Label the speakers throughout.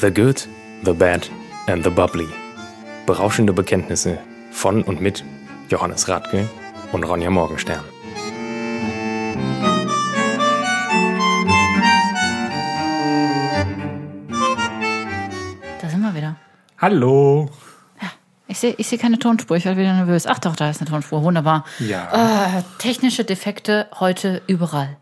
Speaker 1: The Good, The Bad and The Bubbly. Berauschende Bekenntnisse von und mit Johannes Radke und Ronja Morgenstern.
Speaker 2: Da sind wir wieder.
Speaker 3: Hallo.
Speaker 2: Ich sehe ich seh keine Tonspur, ich werde wieder nervös. Ach doch, da ist eine Tonspur, wunderbar.
Speaker 3: Ja.
Speaker 2: Äh, technische Defekte heute überall.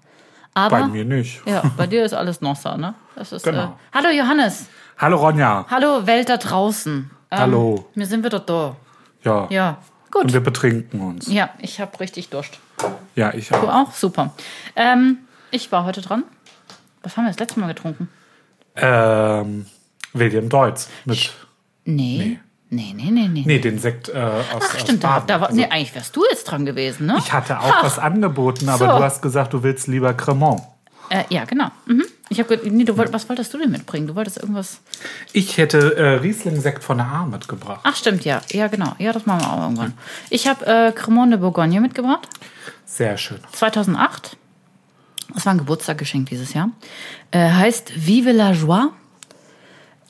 Speaker 2: Aber,
Speaker 3: Bei mir nicht.
Speaker 2: Ja, bei dir ist alles Nossa, ne? Das ist,
Speaker 3: Genau.
Speaker 2: äh, hallo Johannes,
Speaker 3: Hallo Ronja.
Speaker 2: hallo Welt da draußen. Ähm,
Speaker 3: Hallo.
Speaker 2: Wir sind wieder da.
Speaker 3: Ja.
Speaker 2: Ja, gut.
Speaker 3: Und wir betrinken uns.
Speaker 2: ja, ich habe richtig Durst.
Speaker 3: Ja, ich
Speaker 2: Du
Speaker 3: auch.
Speaker 2: auch? Super. Ähm, ich war heute dran. Was haben wir das letzte Mal getrunken?
Speaker 3: Ähm, William Deutz mit.
Speaker 2: Nee. Nee, nee, nee, nee.
Speaker 3: Nee, den Sekt äh, aus,
Speaker 2: Ach,
Speaker 3: aus
Speaker 2: stimmt, da,
Speaker 3: Baden.
Speaker 2: da war,
Speaker 3: Also,
Speaker 2: nee, eigentlich wärst du jetzt dran gewesen, ne?
Speaker 3: Ich hatte auch was angeboten, aber
Speaker 2: So.
Speaker 3: du hast gesagt, du willst lieber Cremant.
Speaker 2: Äh, ja, genau. Mhm. Ich habe nee, du wollt, was wolltest du denn mitbringen? Du wolltest irgendwas.
Speaker 3: Ich hätte äh, Riesling-Sekt von der A mitgebracht.
Speaker 2: Ach, stimmt, ja. Ja, genau. Ja, das machen wir auch irgendwann. Ich habe äh, Cremant de Bourgogne mitgebracht.
Speaker 3: Sehr schön.
Speaker 2: 2008. Das war ein Geburtstaggeschenk dieses Jahr. Äh, heißt Vive la Joie.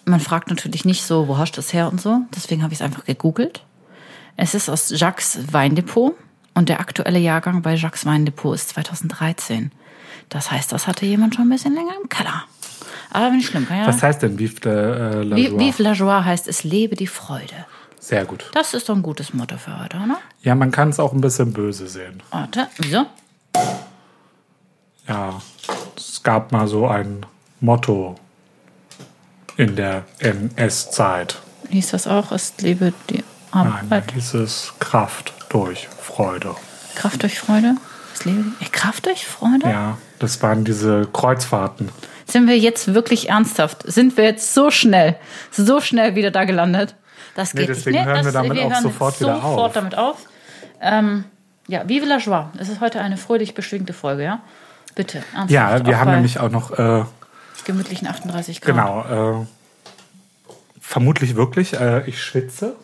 Speaker 2: Man fragt natürlich nicht so, wo hast du das her und so. Deswegen habe ich es einfach gegoogelt. Es ist aus Jacques Weindepot und der aktuelle Jahrgang bei Jacques Weindepot ist 2013. Das heißt, das hatte jemand schon ein bisschen länger im Keller. Aber nicht schlimm, kann ja.
Speaker 3: Was heißt denn Vive de, äh, la
Speaker 2: Vi-
Speaker 3: Joie?
Speaker 2: Vive la Joie heißt, es lebe die Freude.
Speaker 3: Sehr gut.
Speaker 2: Das ist doch ein gutes Motto für heute, oder?
Speaker 3: Ja, man kann es auch ein bisschen böse sehen.
Speaker 2: Warte, wieso?
Speaker 3: Ja, es gab mal so ein Motto in der NS-Zeit.
Speaker 2: Hieß das auch, es lebe die
Speaker 3: Nein, da
Speaker 2: Arbeit.
Speaker 3: hieß es Kraft durch Freude.
Speaker 2: Kraft durch Freude? Das Lebe die- Ey, Kraft durch Freude?
Speaker 3: Ja, das waren diese Kreuzfahrten.
Speaker 2: Sind wir jetzt wirklich ernsthaft? Sind wir jetzt so schnell, so schnell wieder da gelandet? Das
Speaker 3: Nee,
Speaker 2: geht
Speaker 3: deswegen
Speaker 2: nicht. Nee,
Speaker 3: hören wir
Speaker 2: das,
Speaker 3: damit auch
Speaker 2: hören
Speaker 3: sofort wieder
Speaker 2: sofort
Speaker 3: auf.
Speaker 2: damit auf. Ähm, ja, vive la joie. Es ist heute eine fröhlich beschwingte Folge, ja? Bitte, ernsthaft.
Speaker 3: Ja, wir
Speaker 2: auch
Speaker 3: haben
Speaker 2: bei
Speaker 3: nämlich auch noch, äh,
Speaker 2: gemütlichen 38 Grad.
Speaker 3: genau, äh, vermutlich wirklich, äh, ich schwitze.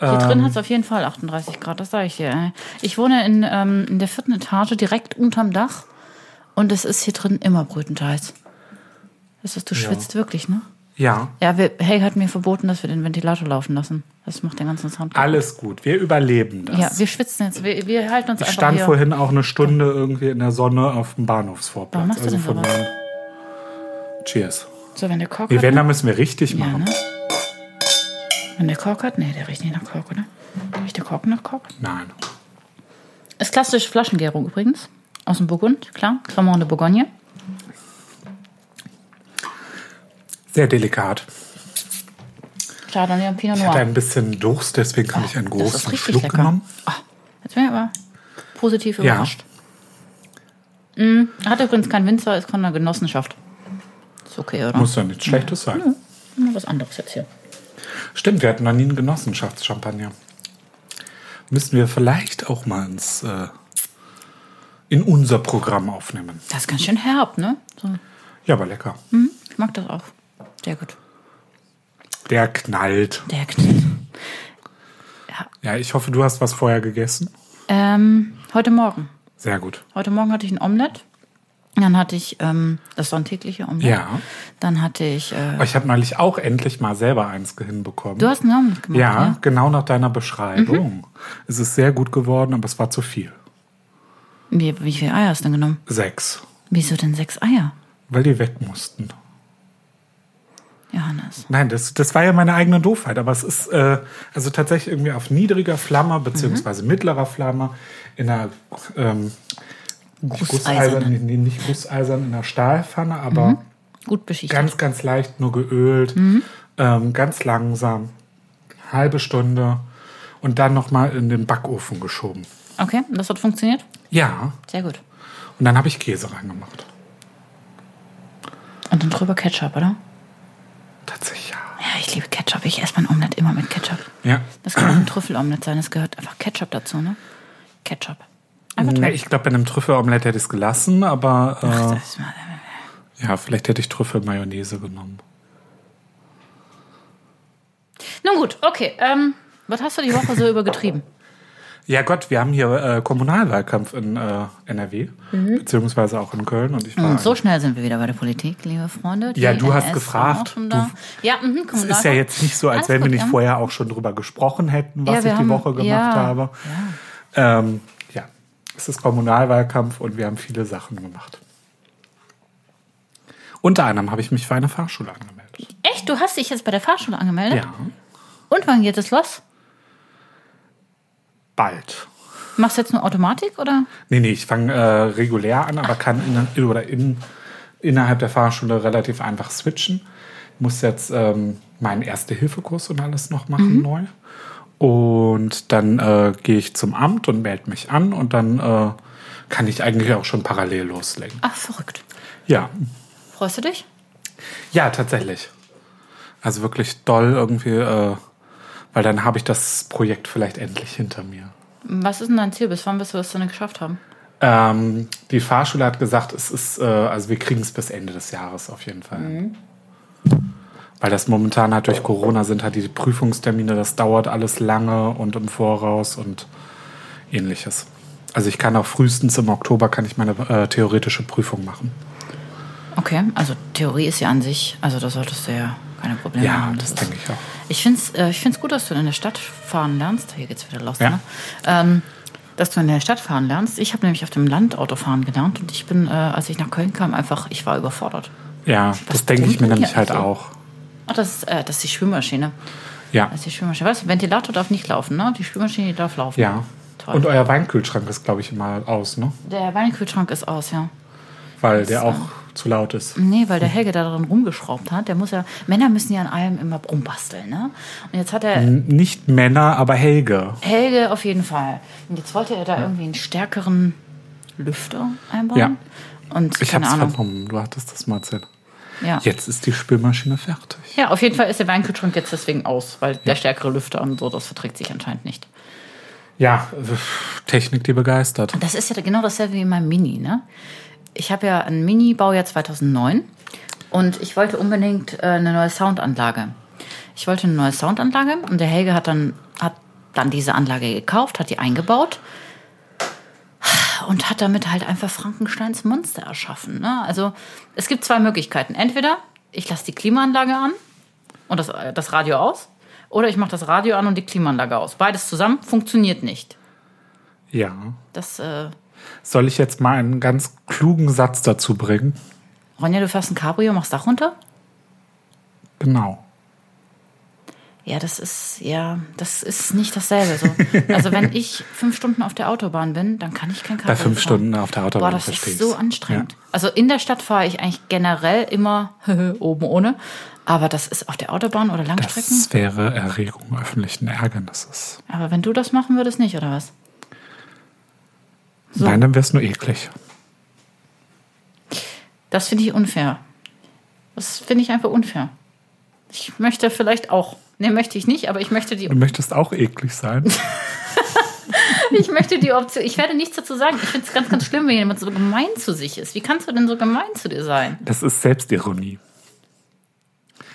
Speaker 2: Hier
Speaker 3: Ähm.
Speaker 2: drin hat es auf jeden Fall 38 Grad, das sage ich dir. ey. Ich wohne in, ähm, in der vierten Etage, direkt unterm Dach. Und es ist hier drin immer brütend heiß. Das ist, du schwitzt wirklich, ne?
Speaker 3: Ja,
Speaker 2: Ja, wir, Hey hat mir verboten, dass wir den Ventilator laufen lassen. Das macht den ganzen Sound. kaputt.
Speaker 3: alles gut, wir überleben das.
Speaker 2: Ja, wir schwitzen jetzt. Wir, wir halten uns
Speaker 3: ich
Speaker 2: einfach
Speaker 3: stand
Speaker 2: hier.
Speaker 3: vorhin auch eine Stunde irgendwie in der Sonne auf dem
Speaker 2: Warum
Speaker 3: Bahnhofsvorplatz. Also
Speaker 2: machst du denn
Speaker 3: von
Speaker 2: sowas?
Speaker 3: daher- Cheers.
Speaker 2: So, wenn der Kork
Speaker 3: Nee,
Speaker 2: hat.
Speaker 3: wenn, dann müssen wir richtig
Speaker 2: ja,
Speaker 3: machen.
Speaker 2: ne? Wenn der Kork hat? Nee, der riecht nicht nach Kork, oder? Riecht der Kork nach Kork?
Speaker 3: Nein.
Speaker 2: Ist klassische Flaschengärung übrigens. Aus dem Burgund, klar. Cremant de Bourgogne.
Speaker 3: Sehr delikat.
Speaker 2: Klar, dann ja Pinot
Speaker 3: Ich
Speaker 2: Noir.
Speaker 3: hatte ein bisschen Durst, deswegen habe ich einen
Speaker 2: Das
Speaker 3: großen
Speaker 2: ist richtig
Speaker 3: Schluck
Speaker 2: lecker.
Speaker 3: genommen.
Speaker 2: Ah, jetzt bin ich aber positiv
Speaker 3: Ja.
Speaker 2: überrascht. Mm, hat übrigens kein Winzer, ist von einer Genossenschaft. Ist okay, oder?
Speaker 3: Muss ja nichts Schlechtes sein.
Speaker 2: Mal was anderes jetzt hier.
Speaker 3: Stimmt, wir hatten noch nie einen Genossenschaftschampagner. Müssen wir vielleicht auch mal ins, äh, in unser Programm aufnehmen.
Speaker 2: Das ist ganz schön herb, ne? So.
Speaker 3: Ja, aber lecker.
Speaker 2: Mhm, ich mag das auch. Sehr gut.
Speaker 3: Der knallt.
Speaker 2: Der knallt.
Speaker 3: Ja, ich hoffe, du hast was vorher gegessen.
Speaker 2: Ähm, heute Morgen.
Speaker 3: Sehr gut.
Speaker 2: Heute Morgen hatte ich ein Omelett. Dann hatte ich ähm, das sonntägliche Omelett.
Speaker 3: Ja.
Speaker 2: Dann hatte ich. Äh,
Speaker 3: Aber Ich habe neulich auch endlich mal selber eins hinbekommen.
Speaker 2: du hast ein Omelett gemacht. Mhm.
Speaker 3: ja,
Speaker 2: ne?
Speaker 3: genau nach deiner Beschreibung. Es ist sehr gut geworden, aber es war zu viel.
Speaker 2: Wie, wie viele Eier hast du denn genommen?
Speaker 3: Sechs.
Speaker 2: Wieso denn sechs Eier?
Speaker 3: Weil die weg mussten.
Speaker 2: Johannes.
Speaker 3: Nein, das, das war ja meine eigene Doofheit, aber es ist äh, also tatsächlich irgendwie auf niedriger Flamme beziehungsweise mittlerer Flamme in einer ähm,
Speaker 2: Gusseisernen.
Speaker 3: nicht Gusseisern, nee, nicht gusseisern in einer Stahlpfanne, aber
Speaker 2: Gut beschichtet.
Speaker 3: ganz, ganz leicht nur geölt, ähm, ganz langsam, halbe Stunde und dann nochmal in den Backofen geschoben.
Speaker 2: okay, das hat funktioniert.
Speaker 3: Ja,
Speaker 2: Sehr gut.
Speaker 3: und dann habe ich Käse reingemacht.
Speaker 2: Und dann drüber Ketchup, oder?
Speaker 3: Tatsächlich, ja.
Speaker 2: Ja, ich liebe Ketchup. Ich esse mein Omelett immer mit Ketchup.
Speaker 3: ja.
Speaker 2: Das kann auch ein Trüffelomelett sein. Das gehört einfach Ketchup dazu, ne? Ketchup. Einfach
Speaker 3: Nee,
Speaker 2: drüber.
Speaker 3: Mhm. ich glaube, bei einem Trüffelomelett hätte ich es gelassen, aber... Äh,
Speaker 2: Ach, das ist mal-
Speaker 3: Ja, vielleicht hätte ich Trüffelmayonnaise genommen.
Speaker 2: Nun gut, okay. Ähm, was hast du die Woche so übergetrieben?
Speaker 3: Ja Gott, wir haben hier äh, Kommunalwahlkampf in äh, NRW, beziehungsweise auch in Köln. Und ich war
Speaker 2: Und Mhm. so schnell sind wir wieder bei der Politik, liebe Freunde.
Speaker 3: Ja, du hast
Speaker 2: DNS war
Speaker 3: gefragt.
Speaker 2: auch schon da. Ja, mhm, komm,
Speaker 3: Es ist ja jetzt nicht so, als
Speaker 2: Alles
Speaker 3: wenn
Speaker 2: gut,
Speaker 3: wir nicht
Speaker 2: ja.
Speaker 3: vorher auch schon drüber gesprochen hätten,
Speaker 2: Ja,
Speaker 3: was
Speaker 2: wir
Speaker 3: ich
Speaker 2: haben-
Speaker 3: die Woche gemacht
Speaker 2: ja,
Speaker 3: habe. Ja. Ähm, ja, es ist Kommunalwahlkampf und wir haben viele Sachen gemacht. Unter anderem habe ich mich für eine Fahrschule angemeldet.
Speaker 2: Echt, du hast dich jetzt bei der Fahrschule angemeldet?
Speaker 3: Ja,
Speaker 2: Und wann geht es los?
Speaker 3: bald.
Speaker 2: Machst du jetzt nur Automatik oder?
Speaker 3: Nee, nee, ich fange äh, regulär an, aber kann in, oder in, innerhalb der Fahrschule relativ einfach switchen. Ich muss jetzt ähm, meinen Erste-Hilfe-Kurs und alles noch machen neu. Und dann äh, gehe ich zum Amt und melde mich an und dann äh, kann ich eigentlich auch schon parallel loslegen.
Speaker 2: Ach, verrückt.
Speaker 3: Ja,
Speaker 2: Freust du dich?
Speaker 3: ja, tatsächlich. Also wirklich doll irgendwie, äh, weil dann habe ich das Projekt vielleicht endlich hinter mir.
Speaker 2: Was ist denn dein Ziel? Bis wann wirst du das denn geschafft haben?
Speaker 3: Ähm, die Fahrschule hat gesagt, es ist, äh, also wir kriegen es bis Ende des Jahres auf jeden Fall.
Speaker 2: Mhm.
Speaker 3: Weil das momentan halt durch Corona sind halt die Prüfungstermine, das dauert alles lange und im Voraus und ähnliches. Also ich kann auch frühestens im Oktober kann ich meine äh, theoretische Prüfung machen.
Speaker 2: Okay, also Theorie ist ja an sich, also da solltest du ja keine Probleme
Speaker 3: Ja,
Speaker 2: haben.
Speaker 3: das
Speaker 2: ist-
Speaker 3: denke ich auch.
Speaker 2: Ich finde es äh, ich find's gut, dass du in der Stadt fahren lernst. Hier geht's wieder los,
Speaker 3: Ja.
Speaker 2: ne? Ähm, dass du in der Stadt fahren lernst. Ich habe nämlich auf dem Land Autofahren gelernt und ich bin, äh, als ich nach Köln kam, einfach, ich war überfordert.
Speaker 3: Ja, das denke ich mir
Speaker 2: trinken also? die
Speaker 3: nämlich halt
Speaker 2: eigentlich?
Speaker 3: auch.
Speaker 2: Ach, das ist, äh, das ist die Spülmaschine.
Speaker 3: Ja,
Speaker 2: Das ist die Spülmaschine. Weißt du, Ventilator darf nicht laufen, ne? Die Spülmaschine die darf laufen.
Speaker 3: ja.
Speaker 2: Toll.
Speaker 3: Und euer Weinkühlschrank ist, glaube ich, immer aus, ne?
Speaker 2: der Weinkühlschrank ist aus, ja.
Speaker 3: Weil der auch zu laut ist.
Speaker 2: Nee, weil der Helge da drin rumgeschraubt hat. Der muss ja, Männer müssen ja an allem immer rumbasteln, ne? Und jetzt hat er
Speaker 3: N- Nicht Männer, aber Helge.
Speaker 2: Helge auf jeden Fall. Und jetzt wollte er da irgendwie einen stärkeren Lüfter einbauen.
Speaker 3: Ja.
Speaker 2: Und
Speaker 3: Ich
Speaker 2: keine
Speaker 3: hab's
Speaker 2: Ahnung.
Speaker 3: vernommen, du hattest das mal erzählt.
Speaker 2: Ja.
Speaker 3: Jetzt ist die Spülmaschine fertig.
Speaker 2: ja, auf jeden Fall ist der Weinkühlschrank jetzt deswegen aus, weil der stärkere Lüfter und so, das verträgt sich anscheinend nicht.
Speaker 3: Ja, äh, Technik, die begeistert.
Speaker 2: Das ist ja genau dasselbe wie in meinem Mini, ne? Ich habe ja ein Mini, Baujahr 2009 und ich wollte unbedingt äh, eine neue Soundanlage. Ich wollte eine neue Soundanlage und der Helge hat dann, hat dann diese Anlage gekauft, hat die eingebaut und hat damit halt einfach Frankensteins Monster erschaffen. Ne? Also es gibt zwei Möglichkeiten. Entweder ich lasse die Klimaanlage an und das, äh, das Radio aus oder ich mache das Radio an und die Klimaanlage aus. Beides zusammen funktioniert nicht.
Speaker 3: Ja.
Speaker 2: Das äh,
Speaker 3: Soll ich jetzt mal einen ganz klugen Satz dazu bringen?
Speaker 2: Ronja, du fährst ein Cabrio, machst Dach runter?
Speaker 3: Genau.
Speaker 2: Ja, das ist, ja, das ist nicht dasselbe. So. Also wenn ich fünf Stunden auf der Autobahn bin, dann kann ich kein Cabrio
Speaker 3: Bei fünf
Speaker 2: fahren.
Speaker 3: Stunden auf der Autobahn
Speaker 2: Boah, das ist
Speaker 3: verstehst
Speaker 2: so anstrengend. Also in der Stadt fahre ich eigentlich generell immer oben ohne. Aber das ist auf der Autobahn oder
Speaker 3: Ja, das
Speaker 2: Langstrecken.
Speaker 3: wäre Erregung öffentlichen Ärgernisses.
Speaker 2: Aber wenn du das machen würdest, nicht, oder was?
Speaker 3: Nein, dann wär's nur eklig.
Speaker 2: Das finde ich unfair. Das finde ich einfach unfair. Ich möchte vielleicht auch. Nee, möchte ich nicht, aber ich möchte die
Speaker 3: Du möchtest auch eklig sein.
Speaker 2: Ich möchte die Option. Ich werde nichts dazu sagen. Ich finde es ganz, ganz schlimm, wenn jemand so gemein zu sich ist. Wie kannst du denn so gemein zu dir sein?
Speaker 3: Das ist Selbstironie.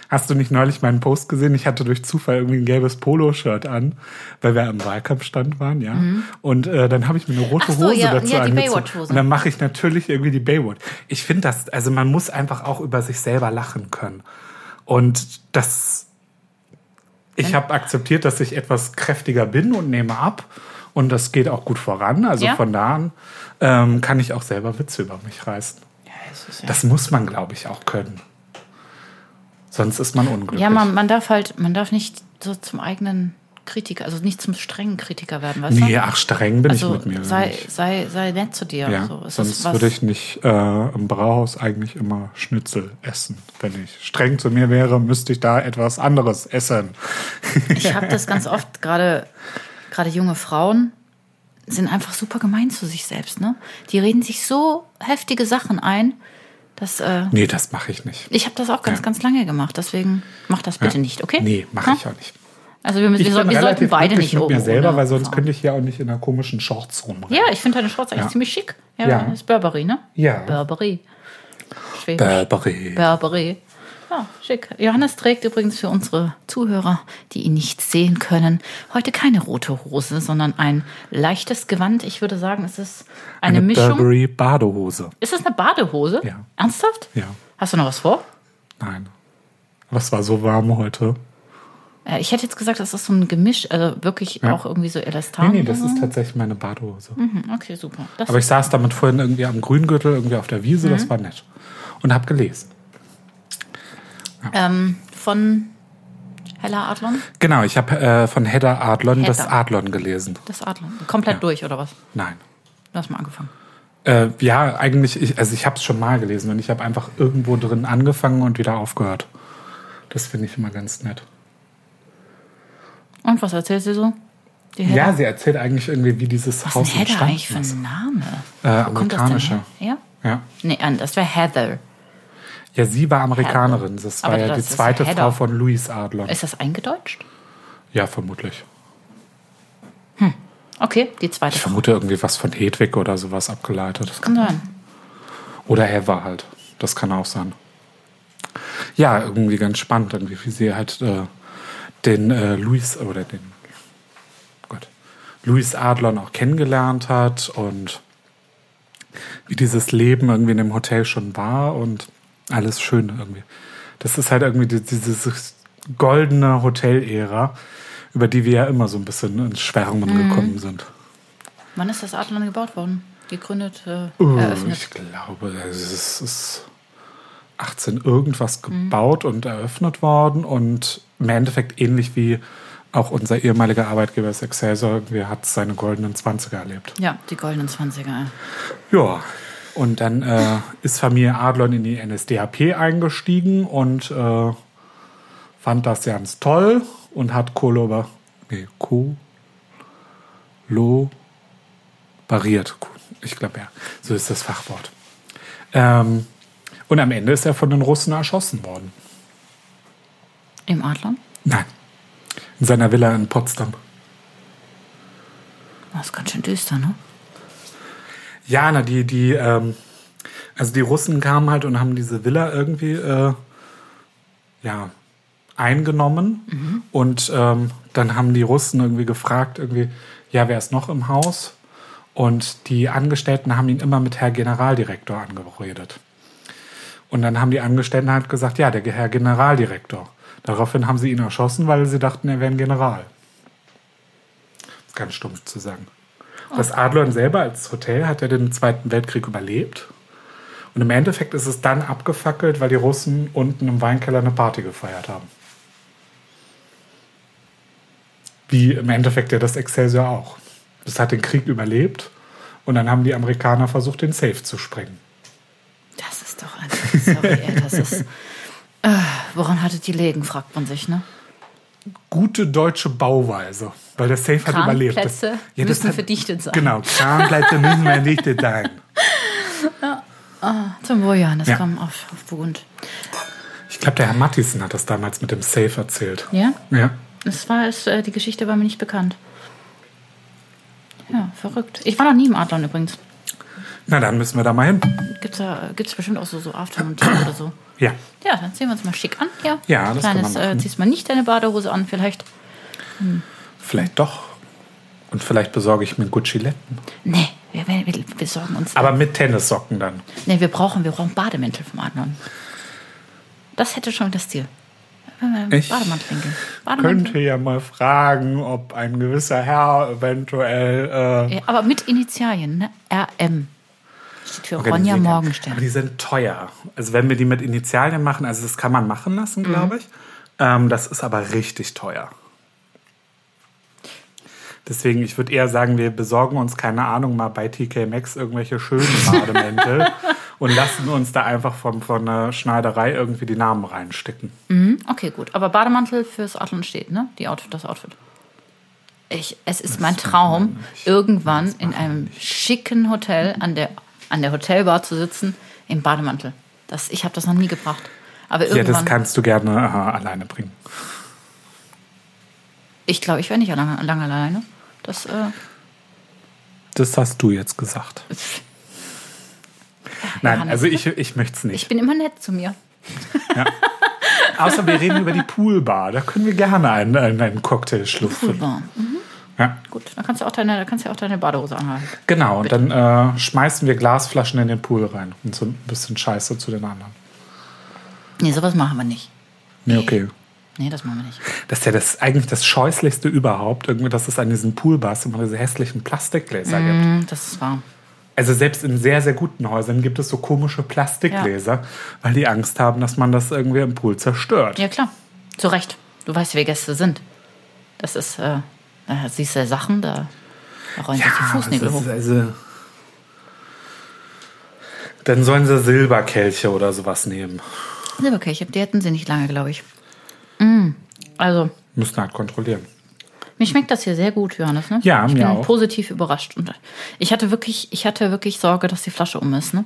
Speaker 3: Hast du nicht neulich meinen Post gesehen? Ich hatte durch Zufall irgendwie ein gelbes Poloshirt an, weil wir im Wahlkampfstand waren, ja. Und äh, dann habe ich mir eine rote
Speaker 2: Mhm. Ach so,
Speaker 3: Hose
Speaker 2: ja,
Speaker 3: dazu
Speaker 2: ja, die
Speaker 3: angezogen.
Speaker 2: Baywatch-Hose.
Speaker 3: Und dann mache ich natürlich irgendwie die Baywatch. Ich finde das, also man muss einfach auch über sich selber lachen können. Und das, ich habe akzeptiert, dass ich etwas kräftiger bin und nehme ab. Und das geht auch gut voran. Also
Speaker 2: Ja.
Speaker 3: von da an ähm, kann ich auch selber Witze über mich reißen. Das muss man, glaube ich, auch können. Sonst ist man unglücklich.
Speaker 2: Ja, man, man darf halt, man darf nicht so zum eigenen Kritiker, also nicht zum strengen Kritiker werden, weißt
Speaker 3: nee,
Speaker 2: du?
Speaker 3: ach, streng bin
Speaker 2: Also
Speaker 3: ich mit mir.
Speaker 2: sei,
Speaker 3: nicht.
Speaker 2: sei, sei nett zu dir.
Speaker 3: ja,
Speaker 2: so. Es ist
Speaker 3: sonst
Speaker 2: was-
Speaker 3: würde ich nicht äh, im Brauhaus eigentlich immer Schnitzel essen. Wenn ich streng zu mir wäre, müsste ich da etwas anderes essen.
Speaker 2: Ich habe das ganz oft, gerade gerade junge Frauen sind einfach super gemein zu sich selbst. Ne? Die reden sich so heftige Sachen ein, dass äh,
Speaker 3: Nee, das mache ich nicht.
Speaker 2: ich habe das auch ganz,
Speaker 3: Ja.
Speaker 2: ganz lange gemacht. Deswegen mach das bitte
Speaker 3: Ja.
Speaker 2: nicht, okay?
Speaker 3: Nee, mache
Speaker 2: Ha?
Speaker 3: ich auch nicht.
Speaker 2: Also wir, müssen,
Speaker 3: Ich
Speaker 2: wir, sollten,
Speaker 3: bin
Speaker 2: wir sollten
Speaker 3: relativ
Speaker 2: beide nicht
Speaker 3: glücklich mit
Speaker 2: oben
Speaker 3: mir selber,
Speaker 2: ohne
Speaker 3: weil sonst
Speaker 2: fahren.
Speaker 3: könnte ich hier auch nicht in einer komischen Shorts rumrennen.
Speaker 2: Ja, ich finde deine Shorts eigentlich
Speaker 3: Ja.
Speaker 2: ziemlich schick. Ja,
Speaker 3: Ja.
Speaker 2: Das ist Burberry, ne?
Speaker 3: Ja.
Speaker 2: Burberry. Schwäbisch.
Speaker 3: Burberry.
Speaker 2: Burberry. Ja, schick. Johannes trägt übrigens für unsere Zuhörer, die ihn nicht sehen können, heute keine rote Hose, sondern ein leichtes Gewand. Ich würde sagen, es ist eine, Mischung.
Speaker 3: Burberry Badehose.
Speaker 2: Ist das eine Badehose?
Speaker 3: Ja.
Speaker 2: Ernsthaft?
Speaker 3: Ja.
Speaker 2: Hast du noch was vor?
Speaker 3: Nein. Aber es war so warm heute.
Speaker 2: Äh, Ich hätte jetzt gesagt, das ist so ein Gemisch, also wirklich
Speaker 3: Ja.
Speaker 2: auch irgendwie so Elastan.
Speaker 3: Nee, nee, das ist tatsächlich meine Badehose.
Speaker 2: Mhm, Okay, super. Das
Speaker 3: Aber ich saß damit vorhin irgendwie am Grüngürtel, irgendwie auf der Wiese,
Speaker 2: Mhm.
Speaker 3: das war nett. Und hab gelesen.
Speaker 2: ähm, von Hella Adlon?
Speaker 3: Genau, ich habe äh, von Hedda Adlon das
Speaker 2: Hedda.
Speaker 3: Adlon gelesen.
Speaker 2: Das Adlon. Komplett durch, oder was?
Speaker 3: Nein.
Speaker 2: Du hast mal angefangen.
Speaker 3: Äh, ja, eigentlich, ich, also ich habe es schon mal gelesen und ich habe einfach irgendwo drin angefangen und wieder aufgehört. Das finde ich immer ganz nett.
Speaker 2: Und was erzählt sie so? Die Hedda?
Speaker 3: Ja, sie erzählt eigentlich irgendwie, wie dieses
Speaker 2: was
Speaker 3: Haus
Speaker 2: ist denn Hedda
Speaker 3: entstanden
Speaker 2: eigentlich für
Speaker 3: ist.
Speaker 2: ein Name?
Speaker 3: Äh,
Speaker 2: Kommt das denn
Speaker 3: amerikanische.
Speaker 2: her? Ja?
Speaker 3: Ja.
Speaker 2: Nee, an- das wäre Heather.
Speaker 3: ja, sie war Amerikanerin. Das war
Speaker 2: Aber
Speaker 3: ja
Speaker 2: das
Speaker 3: die
Speaker 2: ist
Speaker 3: zweite
Speaker 2: Hedda.
Speaker 3: Frau von Louis Adlon.
Speaker 2: Ist das eingedeutscht?
Speaker 3: Ja, vermutlich.
Speaker 2: Okay, die zweite
Speaker 3: Ich
Speaker 2: Frau.
Speaker 3: vermute irgendwie was von Hedwig oder sowas abgeleitet.
Speaker 2: Kann sein.
Speaker 3: Oder Heather halt. Das kann auch sein. Ja, irgendwie ganz spannend, irgendwie, wie sie halt äh, den äh, Luis oder den Gott, Luis Adlon auch kennengelernt hat und wie dieses Leben irgendwie in dem Hotel schon war und alles schön irgendwie. Das ist halt irgendwie die, diese goldene Hotelära, über die wir ja immer so ein bisschen ins Schwärmen gekommen sind.
Speaker 2: Wann ist das Adlon gebaut worden? Gegründet, äh,
Speaker 3: Oh,
Speaker 2: eröffnet.
Speaker 3: Ich glaube, es ist 18 irgendwas gebaut und eröffnet worden und im Endeffekt ähnlich wie auch unser ehemaliger Arbeitgeber das Excelsior, irgendwie hat seine goldenen 20er erlebt.
Speaker 2: Ja, die goldenen 20er.
Speaker 3: Ja, und dann äh, ist Familie Adlon in die NSDAP eingestiegen und äh, fand das ganz toll und hat Koloba, nee, Ko, Lo, bariert. Ich glaube, ja, so ist das Fachwort. Ähm, und am Ende ist er von den Russen erschossen worden.
Speaker 2: Im Adlon?
Speaker 3: Nein, in seiner Villa in Potsdam.
Speaker 2: Das ist ganz schön düster, ne?
Speaker 3: Ja, na, die, die, ähm, also die Russen kamen halt und haben diese Villa irgendwie, äh, ja, eingenommen. Und ähm, dann haben die Russen irgendwie gefragt, irgendwie, ja, wer ist noch im Haus? Und die Angestellten haben ihn immer mit Herr Generaldirektor angeredet. Und dann haben die Angestellten halt gesagt, ja, der Herr Generaldirektor. Daraufhin haben sie ihn erschossen, weil sie dachten, er wäre ein General. Ist ganz stumpf zu sagen. Das Adlon selber als Hotel hat ja den Zweiten Weltkrieg überlebt. Und im Endeffekt ist es dann abgefackelt, weil die Russen unten im Weinkeller eine Party gefeiert haben. Wie im Endeffekt ja das Excelsior auch. Das hat den Krieg überlebt und dann haben die Amerikaner versucht, den Safe zu sprengen.
Speaker 2: Das ist doch ein. Sorry, ey, das ist. Äh, woran hattet die legen, fragt man sich, ne?
Speaker 3: Gute deutsche Bauweise, weil der Safe hat überlebt. Das-
Speaker 2: Kranplätze müssen verdichtet sein.
Speaker 3: Genau, Kranplätze müssen verdichtet sein.
Speaker 2: Zum Wohl, Johannes,
Speaker 3: Ja.
Speaker 2: komm auf, auf Burgund.
Speaker 3: Ich glaube, der Herr Mattison hat das damals mit dem Safe erzählt.
Speaker 2: Ja?
Speaker 3: Ja.
Speaker 2: Das war es, äh, die Geschichte war mir nicht bekannt. Ja, verrückt. Ich war noch nie im Adlon übrigens.
Speaker 3: Na, dann müssen wir da mal hin.
Speaker 2: Gibt's da gibt's bestimmt auch so, so Afternoon Tea oder so.
Speaker 3: Ja.
Speaker 2: Ja, dann ziehen wir uns mal schick an. Ja,
Speaker 3: Ja, das kann
Speaker 2: Kleines,
Speaker 3: man machen.
Speaker 2: Äh, ziehst mal nicht deine Badehose an, vielleicht.
Speaker 3: Vielleicht doch. Und vielleicht besorge ich mir Gucci-Letten.
Speaker 2: Nee, wir, wir, wir wir sorgen uns.
Speaker 3: Aber mit Tennissocken dann.
Speaker 2: nee, wir brauchen, wir brauchen Bademäntel vom Adlon. Das hätte schon das Ziel. Äh,
Speaker 3: Ich
Speaker 2: Bademantel.
Speaker 3: Könnte ja mal fragen, ob ein gewisser Herr eventuell. Äh,
Speaker 2: Ja, aber mit Initialien, ne? RM. Steht für Ronja
Speaker 3: organisieren kann. Aber
Speaker 2: Morgenstern.
Speaker 3: die sind teuer. Also wenn wir die mit Initialien machen, also das kann man machen lassen,
Speaker 2: Mhm.
Speaker 3: glaube ich. Ähm, das ist aber richtig teuer. Deswegen, ich würde eher sagen, wir besorgen uns, keine Ahnung, mal bei TK Maxx irgendwelche schönen Bademäntel und lassen uns da einfach von, von einer Schneiderei irgendwie die Namen reinstecken.
Speaker 2: Mhm, okay, gut. Aber Bademantel fürs Adlon steht, ne? Die Outfit, das Outfit. Ich, es ist mein Traum, irgendwann in einem schicken Hotel an der, an der Hotelbar zu sitzen im Bademantel. Das, ich habe das noch nie gebracht. Aber
Speaker 3: Ja,
Speaker 2: irgendwann,
Speaker 3: das kannst du gerne äh, alleine bringen.
Speaker 2: ich glaube, ich wäre nicht lange, lange alleine. Das, äh,
Speaker 3: Das hast du jetzt gesagt. Nein,
Speaker 2: Johannes.
Speaker 3: also ich, ich möchte es nicht.
Speaker 2: ich bin immer nett zu mir.
Speaker 3: Ja. Außer wir reden über die Poolbar. Da können wir gerne einen, einen, einen Cocktail schlüpfen.
Speaker 2: Poolbar.
Speaker 3: Ja,
Speaker 2: Gut, da kannst du auch deine, da kannst du ja auch deine Badehose anhalten.
Speaker 3: genau. Und dann äh, schmeißen wir Glasflaschen in den Pool rein und so ein bisschen Scheiße zu den anderen.
Speaker 2: Nee, sowas machen wir nicht.
Speaker 3: Nee, okay.
Speaker 2: Nee, das machen wir nicht.
Speaker 3: Das ist ja das, eigentlich das Scheußlichste überhaupt, irgendwie, dass es an diesen Poolbars immer diese hässlichen Plastikgläser gibt.
Speaker 2: Hm, Das ist wahr.
Speaker 3: Also selbst in sehr, sehr guten Häusern gibt es so komische Plastikgläser, weil die Angst haben, dass man das irgendwie im Pool zerstört.
Speaker 2: Ja, klar. Zu Recht. Du weißt, wer Gäste sind. Das ist, äh, da siehst du Sachen, da, da rollen sich die Fußnägel
Speaker 3: das
Speaker 2: hoch.
Speaker 3: ist also dann sollen sie Silberkelche oder sowas nehmen.
Speaker 2: Silberkirche, die hätten sie nicht lange, glaube ich. Mm. Also,
Speaker 3: Müssen halt kontrollieren.
Speaker 2: mir schmeckt das hier sehr gut, Johannes. Ne?
Speaker 3: Ja,
Speaker 2: ich
Speaker 3: mir
Speaker 2: bin
Speaker 3: auch.
Speaker 2: positiv überrascht. Und ich hatte wirklich, ich hatte wirklich Sorge, dass die Flasche um ist. Ne?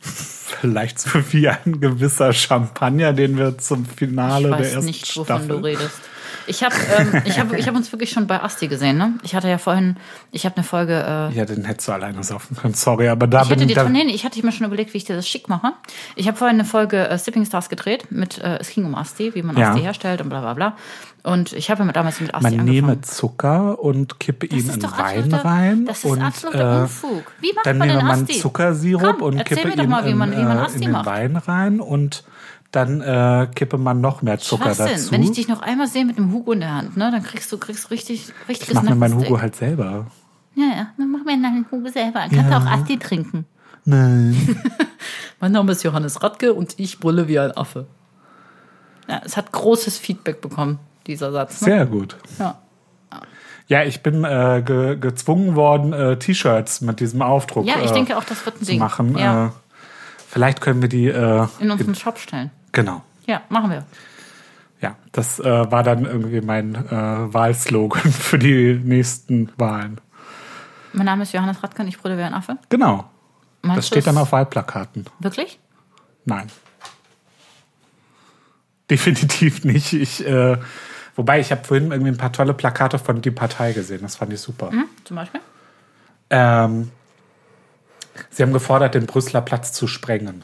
Speaker 3: Vielleicht so wie ein gewisser Champagner, den wir zum Finale
Speaker 2: Ich
Speaker 3: der
Speaker 2: weiß
Speaker 3: ersten
Speaker 2: nicht, wovon
Speaker 3: Staffel.
Speaker 2: du redest. Ich habe ähm, ich hab, ich hab uns wirklich schon bei Asti gesehen. Ne? Ich hatte ja vorhin, ich habe eine Folge äh,
Speaker 3: ja, den hättest du alleine saufen können. Sorry, aber da
Speaker 2: Ich
Speaker 3: bin
Speaker 2: hätte, dir,
Speaker 3: da,
Speaker 2: dran- nee, nee, ich hatte mir schon überlegt, wie ich dir das schick mache. Ich habe vorhin eine Folge äh, Sipping Stars gedreht mit äh, Es ging um Asti, wie man
Speaker 3: Ja.
Speaker 2: Asti herstellt und bla bla bla. Und ich habe ja damals mit Asti
Speaker 3: Man
Speaker 2: angefangen.
Speaker 3: nehme Zucker und kippe ihn in Wein
Speaker 2: absoluter-
Speaker 3: rein.
Speaker 2: Das ist
Speaker 3: und,
Speaker 2: absoluter
Speaker 3: äh,
Speaker 2: Unfug. Wie macht
Speaker 3: Dann
Speaker 2: man
Speaker 3: nehme
Speaker 2: denn
Speaker 3: man
Speaker 2: Asti?
Speaker 3: Zuckersirup
Speaker 2: Komm,
Speaker 3: und
Speaker 2: erzähl
Speaker 3: kippe
Speaker 2: mir doch
Speaker 3: ihn
Speaker 2: mal, wie
Speaker 3: in,
Speaker 2: man, wie man
Speaker 3: äh,
Speaker 2: Asti
Speaker 3: in den
Speaker 2: macht.
Speaker 3: Wein rein und dann äh, kippe man noch mehr Zucker
Speaker 2: Schwachsinn.
Speaker 3: dazu.
Speaker 2: Wenn ich dich noch einmal sehe mit einem Hugo in der Hand, ne, dann kriegst du kriegst du richtig richtiges
Speaker 3: ich mache mir meinen
Speaker 2: Nackensteak.
Speaker 3: Hugo halt selber.
Speaker 2: Ja, ja, dann mach mir einen Hugo selber. Dann kannst du auch Asti trinken.
Speaker 3: Nein.
Speaker 2: Mein Name ist Johannes Radke und ich brülle wie ein Affe. Ja, es hat großes Feedback bekommen, dieser Satz. Ne?
Speaker 3: Sehr gut.
Speaker 2: Ja.
Speaker 3: Ja, ich bin äh, ge gezwungen worden, äh, T-Shirts mit diesem Aufdruck
Speaker 2: Ja, ich
Speaker 3: äh,
Speaker 2: denke auch, das wird ein
Speaker 3: zu
Speaker 2: Ding.
Speaker 3: machen.
Speaker 2: Ja,
Speaker 3: Äh, vielleicht können wir die. Äh,
Speaker 2: in unseren Shop stellen.
Speaker 3: genau.
Speaker 2: Ja, machen wir.
Speaker 3: Ja, das äh, war dann irgendwie mein äh, Wahlslogan für die nächsten Wahlen.
Speaker 2: Mein Name ist Johannes Radkan, ich brülle wie ein Affe.
Speaker 3: Genau.
Speaker 2: Meinst
Speaker 3: Das
Speaker 2: du
Speaker 3: steht
Speaker 2: es
Speaker 3: dann auf Wahlplakaten.
Speaker 2: Wirklich?
Speaker 3: Nein. Definitiv nicht. Ich, äh, wobei, ich habe vorhin irgendwie ein paar tolle Plakate von die Partei gesehen. Das fand ich super.
Speaker 2: Hm? Zum Beispiel?
Speaker 3: Ähm, sie haben gefordert, den Brüsseler Platz zu sprengen,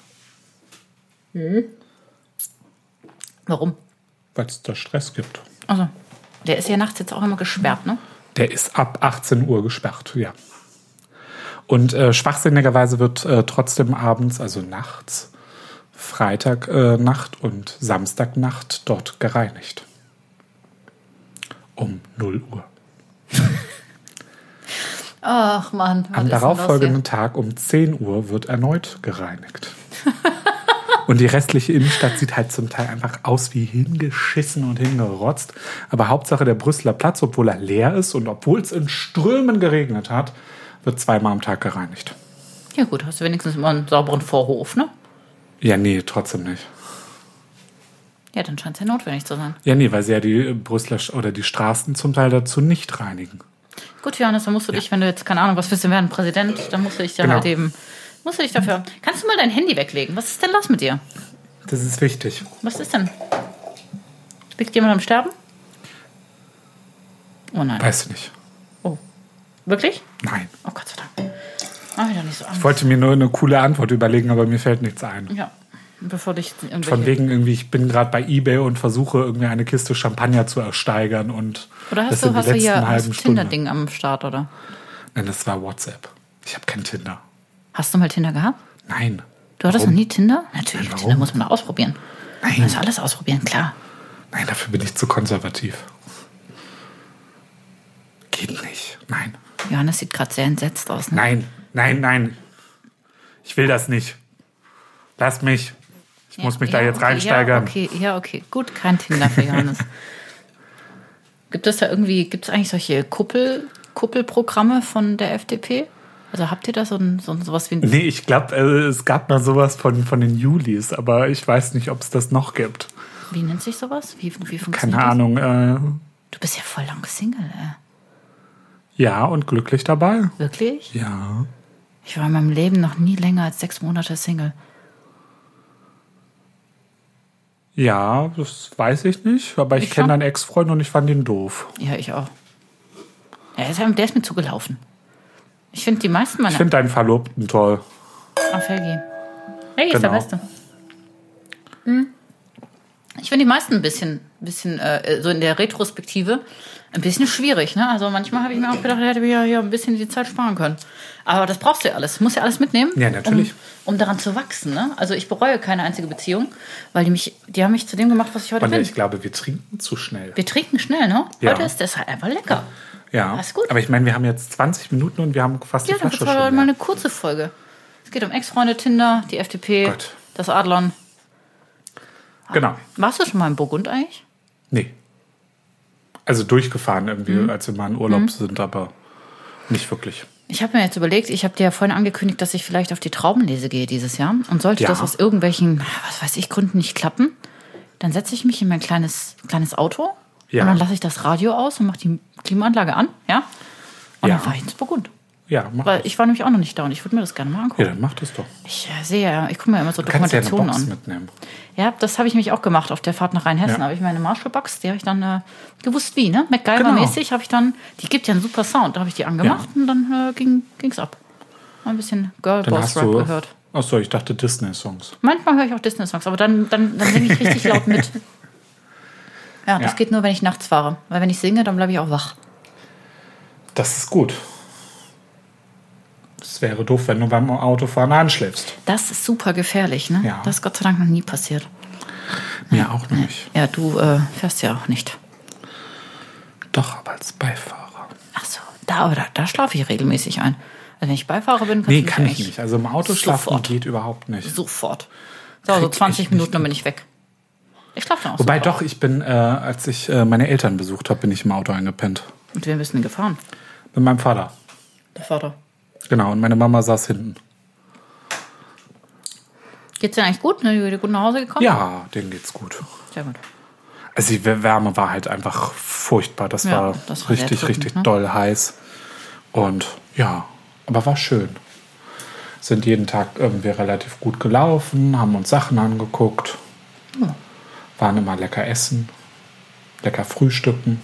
Speaker 2: Warum?
Speaker 3: weil es da Stress gibt.
Speaker 2: Also, der ist ja nachts jetzt auch immer gesperrt, ne?
Speaker 3: Der ist ab 18 Uhr gesperrt, ja. Und äh, schwachsinnigerweise wird äh, trotzdem abends, also nachts, Freitagnacht äh, Nacht und Samstagnacht dort gereinigt. Um 0 Uhr.
Speaker 2: Ach Mann, was
Speaker 3: Am
Speaker 2: ist denn
Speaker 3: darauffolgenden Tag um 10 Uhr wird erneut gereinigt. und die restliche Innenstadt sieht halt zum Teil einfach aus wie hingeschissen und hingerotzt. Aber Hauptsache der Brüsseler Platz, obwohl er leer ist und obwohl es in Strömen geregnet hat, wird zweimal am Tag gereinigt.
Speaker 2: das hier? Ja gut, hast du wenigstens immer einen sauberen Vorhof, ne?
Speaker 3: Ja, nee, trotzdem nicht.
Speaker 2: Ja, dann scheint es ja notwendig zu sein.
Speaker 3: Ja, nee, weil sie ja die Brüsseler Sch- oder die Straßen zum Teil dazu nicht reinigen.
Speaker 2: Gut, Johannes, dann musst du dich, wenn du jetzt, keine Ahnung, was willst du werden, Präsident, dann musst du dich ja
Speaker 3: Genau.
Speaker 2: halt eben, musst du dich dafür, kannst du mal dein Handy weglegen? Was ist denn los mit dir?
Speaker 3: Das ist wichtig.
Speaker 2: Was ist denn? Liegt jemand am Sterben? Oh nein.
Speaker 3: Weißt du nicht?
Speaker 2: Oh. Wirklich?
Speaker 3: Nein.
Speaker 2: Oh Gott sei Dank. Mach mich doch nicht so an.
Speaker 3: Ich wollte mir nur eine coole Antwort überlegen, aber mir fällt nichts ein.
Speaker 2: Ja. Bevor dich irgendwelche.
Speaker 3: Von wegen irgendwie, ich bin gerade bei eBay und versuche irgendwie eine Kiste Champagner zu ersteigern und
Speaker 2: Oder
Speaker 3: das
Speaker 2: hast du,
Speaker 3: in die
Speaker 2: hast du
Speaker 3: letzten
Speaker 2: hier hast
Speaker 3: halben
Speaker 2: du
Speaker 3: Stunden.
Speaker 2: Tinder-Ding am Start, oder?
Speaker 3: Nein, das war WhatsApp. Ich habe kein Tinder.
Speaker 2: Hast du mal Tinder gehabt?
Speaker 3: Nein.
Speaker 2: Du hattest
Speaker 3: Warum?
Speaker 2: noch Also- nie Tinder? Natürlich,
Speaker 3: Ja, warum?
Speaker 2: Tinder muss man doch ausprobieren.
Speaker 3: Nein.
Speaker 2: Man muss alles ausprobieren, klar.
Speaker 3: Nein, dafür bin ich zu konservativ. Geht nicht. Nein.
Speaker 2: Johannes sieht gerade sehr entsetzt aus. Ne?
Speaker 3: Nein. Nein, nein. Ich will das nicht. Lass mich. Ich muss mich da jetzt
Speaker 2: okay,
Speaker 3: reinsteigern.
Speaker 2: Ja, okay, ja, okay. Gut, kein Tinder für Johannes. gibt es da irgendwie, gibt es eigentlich solche Kuppel, Kuppelprogramme von der FDP? Also habt ihr da so, ein, so ein- sowas wie ein
Speaker 3: Nee, ich glaube, äh, es gab mal sowas von, von den Julis, aber ich weiß nicht, ob es das noch gibt.
Speaker 2: Wie nennt sich sowas? Wie, wie funktioniert
Speaker 3: Keine
Speaker 2: das?
Speaker 3: Ahnung. Äh,
Speaker 2: Du bist ja voll lang Single, äh, ey.
Speaker 3: ja, und glücklich dabei.
Speaker 2: Wirklich?
Speaker 3: Ja.
Speaker 2: Ich war in meinem Leben noch nie länger als sechs Monate Single.
Speaker 3: Ja, das weiß ich nicht, aber ich,
Speaker 2: Ich
Speaker 3: kenne
Speaker 2: schon.
Speaker 3: deinen Ex-Freund und ich fand ihn doof.
Speaker 2: Ja, ich auch. Ja, ist, der ist mir zugelaufen. Ich finde die meisten
Speaker 3: Ich
Speaker 2: meiner.
Speaker 3: finde deinen Verlobten toll.
Speaker 2: Ah, Felgi. Hey, ist der
Speaker 3: Genau.
Speaker 2: Beste. Ich finde die meisten ein bisschen, bisschen äh, so in der Retrospektive ein bisschen schwierig. Ne? Also manchmal habe ich mir auch gedacht, da hätte ich ja hier ein bisschen die Zeit sparen können. Aber das brauchst du ja alles. Du musst ja alles mitnehmen.
Speaker 3: Ja, natürlich.
Speaker 2: Um, um daran zu wachsen. Ne? Also ich bereue keine einzige Beziehung, weil die mich, die haben mich zu dem gemacht, was ich heute
Speaker 3: Und
Speaker 2: bin.
Speaker 3: ich glaube, wir trinken zu schnell.
Speaker 2: Wir trinken schnell, ne?
Speaker 3: Ja.
Speaker 2: Heute ist das halt einfach lecker.
Speaker 3: Ja.
Speaker 2: Das ist gut.
Speaker 3: Aber ich meine, wir haben jetzt 20 Minuten und wir haben fast
Speaker 2: Ja,
Speaker 3: die
Speaker 2: dann
Speaker 3: Flasche
Speaker 2: gibt es
Speaker 3: schon.
Speaker 2: heute mal
Speaker 3: leer.
Speaker 2: eine kurze Folge. Es geht um Ex-Freunde, Tinder, die FDP,
Speaker 3: Gott.
Speaker 2: das Adlon.
Speaker 3: Genau.
Speaker 2: Warst du schon mal in Burgund eigentlich?
Speaker 3: Nee. Also durchgefahren irgendwie,
Speaker 2: Mhm.
Speaker 3: als wir mal in Urlaub sind, aber nicht wirklich.
Speaker 2: Ich habe mir jetzt überlegt, ich habe dir ja vorhin angekündigt, dass ich vielleicht auf die Traubenlese gehe dieses Jahr. Und sollte
Speaker 3: Ja.
Speaker 2: das aus irgendwelchen, was weiß ich, Gründen nicht klappen, dann setze ich mich in mein kleines, kleines Auto
Speaker 3: Ja.
Speaker 2: und dann lasse ich das Radio aus und mache die Klimaanlage an, ja? Und
Speaker 3: Ja.
Speaker 2: dann fahre ich ins Burgund.
Speaker 3: Ja, mach
Speaker 2: Weil ich war nämlich auch noch nicht da und ich würde mir das gerne mal angucken.
Speaker 3: Ja, dann mach das doch.
Speaker 2: Ich äh, sehe ja, ich gucke mir immer so
Speaker 3: Du kannst ja eine
Speaker 2: Dokumentationen
Speaker 3: Box
Speaker 2: an.
Speaker 3: mitnehmen.
Speaker 2: Ja, das habe ich mich auch gemacht auf der Fahrt nach Rheinhessen.
Speaker 3: Ja.
Speaker 2: habe ich meine Marshall-Box, die habe ich dann äh, gewusst wie, ne?
Speaker 3: Genau.
Speaker 2: MacGyver-mäßig habe ich dann, die gibt ja einen super Sound, da habe ich die angemacht und dann äh, ging, ging's ab. Mal ein bisschen
Speaker 3: Dann hast
Speaker 2: Girlboss-Rap
Speaker 3: du.
Speaker 2: gehört.
Speaker 3: Achso, ich dachte Disney-Songs.
Speaker 2: Manchmal höre ich auch Disney-Songs, aber dann, dann, dann singe ich richtig laut mit. Ja, das
Speaker 3: Ja.
Speaker 2: geht nur, wenn ich nachts fahre. Weil wenn ich singe, dann bleibe ich auch wach.
Speaker 3: Das ist gut. Es wäre doof, wenn du beim Autofahren anschläfst.
Speaker 2: Das ist super gefährlich, ne?
Speaker 3: Ja.
Speaker 2: Das ist Gott sei Dank noch nie passiert.
Speaker 3: Mir auch nicht.
Speaker 2: Ja, du äh, fährst ja auch nicht.
Speaker 3: Doch, aber als Beifahrer.
Speaker 2: Ach so, da, aber da, da schlafe ich regelmäßig ein. Also wenn ich Beifahrer bin, kannst
Speaker 3: Nee,
Speaker 2: du mich
Speaker 3: kann ich
Speaker 2: eigentlich-
Speaker 3: nicht. Also im Auto schlafen
Speaker 2: Sofort.
Speaker 3: geht überhaupt nicht.
Speaker 2: Sofort. Halt So, so
Speaker 3: Krieg
Speaker 2: 20
Speaker 3: ich
Speaker 2: Minuten, dann bin ich weg. Ich schlafe dann auch
Speaker 3: Wobei
Speaker 2: sofort.
Speaker 3: doch, ich bin, äh, als ich äh, meine Eltern besucht habe, bin ich im Auto eingepennt.
Speaker 2: Und wir müssen gefahren.
Speaker 3: Mit meinem Vater.
Speaker 2: Der Vater.
Speaker 3: Genau, und meine Mama saß hinten.
Speaker 2: Geht's dir eigentlich gut? Ne? Du bist gut nach Hause gekommen?
Speaker 3: Ja, denen geht's gut.
Speaker 2: Sehr gut.
Speaker 3: Also die Wärme war halt einfach furchtbar. Das
Speaker 2: Ja,
Speaker 3: war
Speaker 2: das war sehr
Speaker 3: richtig,
Speaker 2: drückend,
Speaker 3: richtig
Speaker 2: ne?
Speaker 3: doll heiß. Und ja, aber war schön. Sind jeden Tag irgendwie relativ gut gelaufen, haben uns Sachen angeguckt, waren immer lecker essen, lecker frühstücken.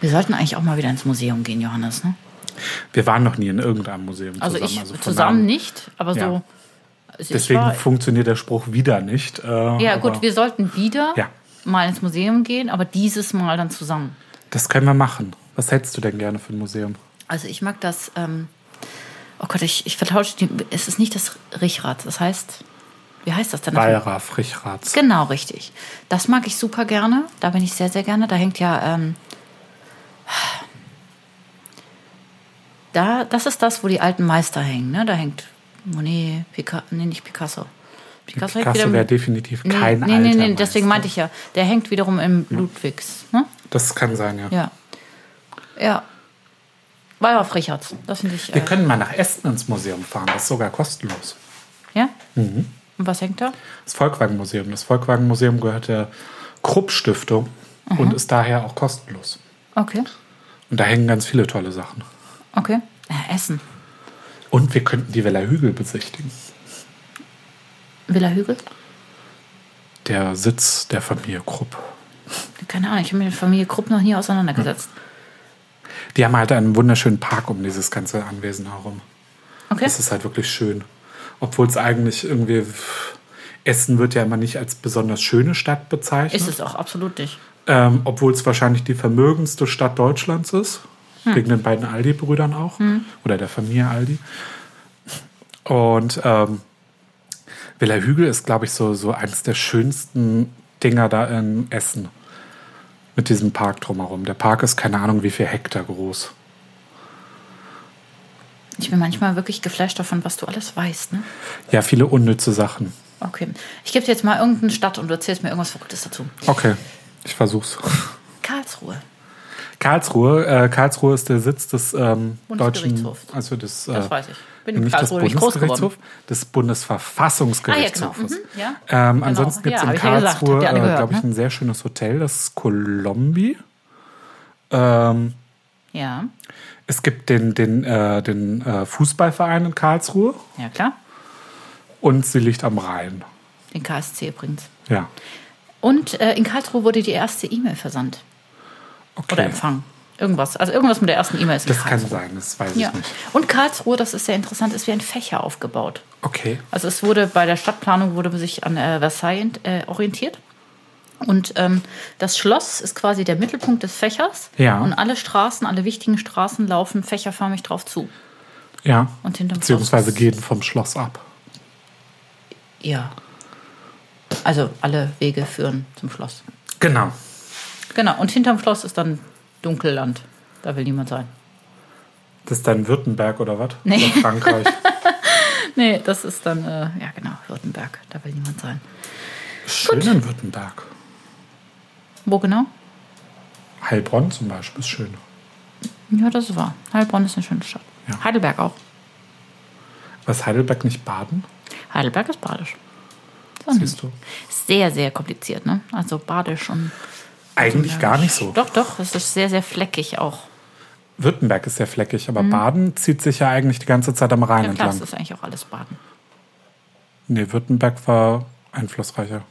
Speaker 2: Wir sollten eigentlich auch mal wieder ins Museum gehen, Johannes. Ne?
Speaker 3: Wir waren noch nie in irgendeinem Museum
Speaker 2: Also
Speaker 3: zusammen.
Speaker 2: ich
Speaker 3: von
Speaker 2: zusammen
Speaker 3: daher-
Speaker 2: nicht, aber
Speaker 3: Ja.
Speaker 2: so. Also
Speaker 3: Deswegen
Speaker 2: ich war,
Speaker 3: funktioniert der Spruch wieder nicht. äh,
Speaker 2: ja,
Speaker 3: aber
Speaker 2: gut, wir sollten wieder
Speaker 3: Ja.
Speaker 2: mal ins Museum gehen, aber dieses Mal dann zusammen.
Speaker 3: das können wir machen. Was hättest du denn gerne für ein Museum?
Speaker 2: Also ich mag das. Ähm, oh Gott, ich, ich vertausche die. Es ist nicht das Richrad. Das heißt. Wie heißt das denn?
Speaker 3: Wallraff, Richrats.
Speaker 2: Genau, richtig. Das mag ich super gerne. Da bin ich sehr, sehr gerne. Da hängt ja. Ähm, da, das ist das, wo die alten Meister hängen. Ne? Da hängt Monet, Picasso. Nee, nicht Picasso. Picasso, hängt
Speaker 3: Picasso
Speaker 2: wieder-
Speaker 3: wäre definitiv
Speaker 2: Nee,
Speaker 3: kein
Speaker 2: nee, nee,
Speaker 3: alter
Speaker 2: nee,
Speaker 3: Meister.
Speaker 2: deswegen meinte ich ja. Der hängt wiederum im Ludwigs. Ne?
Speaker 3: Das kann sein, ja.
Speaker 2: Ja. Ja. Weiber Frichertz. Das finde ich.
Speaker 3: Wir
Speaker 2: Äh,
Speaker 3: können mal nach Essen ins Museum fahren. Das ist sogar kostenlos.
Speaker 2: ja?
Speaker 3: Mhm.
Speaker 2: Und was hängt da?
Speaker 3: Das Volkswagen-Museum. Das Volkswagen-Museum gehört der Krupp-Stiftung
Speaker 2: Mhm.
Speaker 3: und ist daher auch kostenlos.
Speaker 2: Okay.
Speaker 3: Und da hängen ganz viele tolle Sachen.
Speaker 2: Okay. Äh, Essen.
Speaker 3: Und wir könnten die Weller Hügel besichtigen.
Speaker 2: Villa Hügel?
Speaker 3: Der Sitz der Familie Krupp.
Speaker 2: Keine Ahnung, ich habe mit der Familie Krupp noch nie auseinandergesetzt.
Speaker 3: Die haben halt einen wunderschönen Park um dieses ganze Anwesen herum.
Speaker 2: Okay.
Speaker 3: Das ist halt wirklich schön. Obwohl es eigentlich irgendwie. Essen wird ja immer nicht als besonders schöne Stadt bezeichnet.
Speaker 2: Ist es auch absolut nicht.
Speaker 3: Ähm, Obwohl es wahrscheinlich die vermögendste Stadt Deutschlands ist. Wegen den beiden Aldi-Brüdern auch. Oder der Familie Aldi. Und ähm, Villa Hügel ist, glaube ich, so, so eines der schönsten Dinger da in Essen. Mit diesem Park drumherum. Der Park ist keine Ahnung, wie viel Hektar groß.
Speaker 2: Ich bin manchmal wirklich geflasht davon, was du alles weißt. Ne?
Speaker 3: Ja, viele unnütze Sachen.
Speaker 2: Okay. Ich gebe dir jetzt mal irgendeine Stadt und du erzählst mir irgendwas Verrücktes dazu.
Speaker 3: Okay, ich versuch's.
Speaker 2: Karlsruhe.
Speaker 3: Karlsruhe, äh, Karlsruhe ist der Sitz des ähm, deutschen,
Speaker 2: Bundesgerichtshofs.
Speaker 3: also des, äh,
Speaker 2: Das weiß ich. Bin in
Speaker 3: nicht des
Speaker 2: Karlsruhe bin ich groß
Speaker 3: Bundesgerichtshofs, des Bundesverfassungsgerichtshofes.
Speaker 2: Ah, ja, genau. Mhm, ja.
Speaker 3: ähm,
Speaker 2: Genau.
Speaker 3: Ansonsten gibt es
Speaker 2: Ja,
Speaker 3: in
Speaker 2: hab ich ja gesagt.
Speaker 3: Karlsruhe,
Speaker 2: Habt ihr alle
Speaker 3: äh,
Speaker 2: gehört,
Speaker 3: glaube ich,
Speaker 2: ne?
Speaker 3: ein sehr schönes Hotel, das ist Kolombi. Ähm,
Speaker 2: Ja.
Speaker 3: es gibt den, den, äh, den äh, Fußballverein in Karlsruhe
Speaker 2: Ja, klar.
Speaker 3: und sie liegt am Rhein.
Speaker 2: Den KSC übrigens.
Speaker 3: Ja,
Speaker 2: Und äh, in Karlsruhe wurde die erste E-Mail versandt
Speaker 3: okay.
Speaker 2: oder empfangen. Irgendwas. Also irgendwas mit der ersten E-Mail ist in
Speaker 3: Das kann
Speaker 2: Karlsruhe.
Speaker 3: sein, das weiß
Speaker 2: Ja.
Speaker 3: ich nicht.
Speaker 2: Und Karlsruhe, das ist sehr interessant, ist wie ein Fächer aufgebaut.
Speaker 3: Okay.
Speaker 2: Also es wurde bei der Stadtplanung wurde sich an äh, Versailles äh, orientiert. Und ähm, das Schloss ist quasi der Mittelpunkt des Fächers.
Speaker 3: Ja.
Speaker 2: Und alle Straßen, alle wichtigen Straßen laufen fächerförmig drauf zu.
Speaker 3: Ja.
Speaker 2: Und hinterm
Speaker 3: Beziehungsweise
Speaker 2: Schloss-
Speaker 3: gehen vom Schloss ab.
Speaker 2: Ja. Also alle Wege führen zum Schloss.
Speaker 3: Genau.
Speaker 2: Genau. Und hinterm Schloss ist dann Dunkelland. Da will niemand sein.
Speaker 3: Das ist dann Württemberg oder was?
Speaker 2: Nee.
Speaker 3: Oder Frankreich.
Speaker 2: Nee, das ist dann, äh, ja genau, Württemberg. Da will niemand sein.
Speaker 3: Schön in Württemberg.
Speaker 2: Wo genau?
Speaker 3: Heilbronn zum Beispiel ist schön.
Speaker 2: Ja, das war. Heilbronn ist eine schöne Stadt.
Speaker 3: Ja.
Speaker 2: Heidelberg auch.
Speaker 3: Was Heidelberg nicht baden?
Speaker 2: Heidelberg ist badisch.
Speaker 3: Siehst du?
Speaker 2: Sehr, sehr kompliziert, ne? Also badisch und.
Speaker 3: Eigentlich gar nicht so.
Speaker 2: Doch, doch, es ist sehr, sehr fleckig auch.
Speaker 3: Württemberg ist sehr fleckig, aber Baden zieht sich ja eigentlich die ganze Zeit am Rhein
Speaker 2: Mhm. Ja, klar, es
Speaker 3: entlang.
Speaker 2: ist eigentlich auch alles Baden.
Speaker 3: Nee, Württemberg war einflussreicher.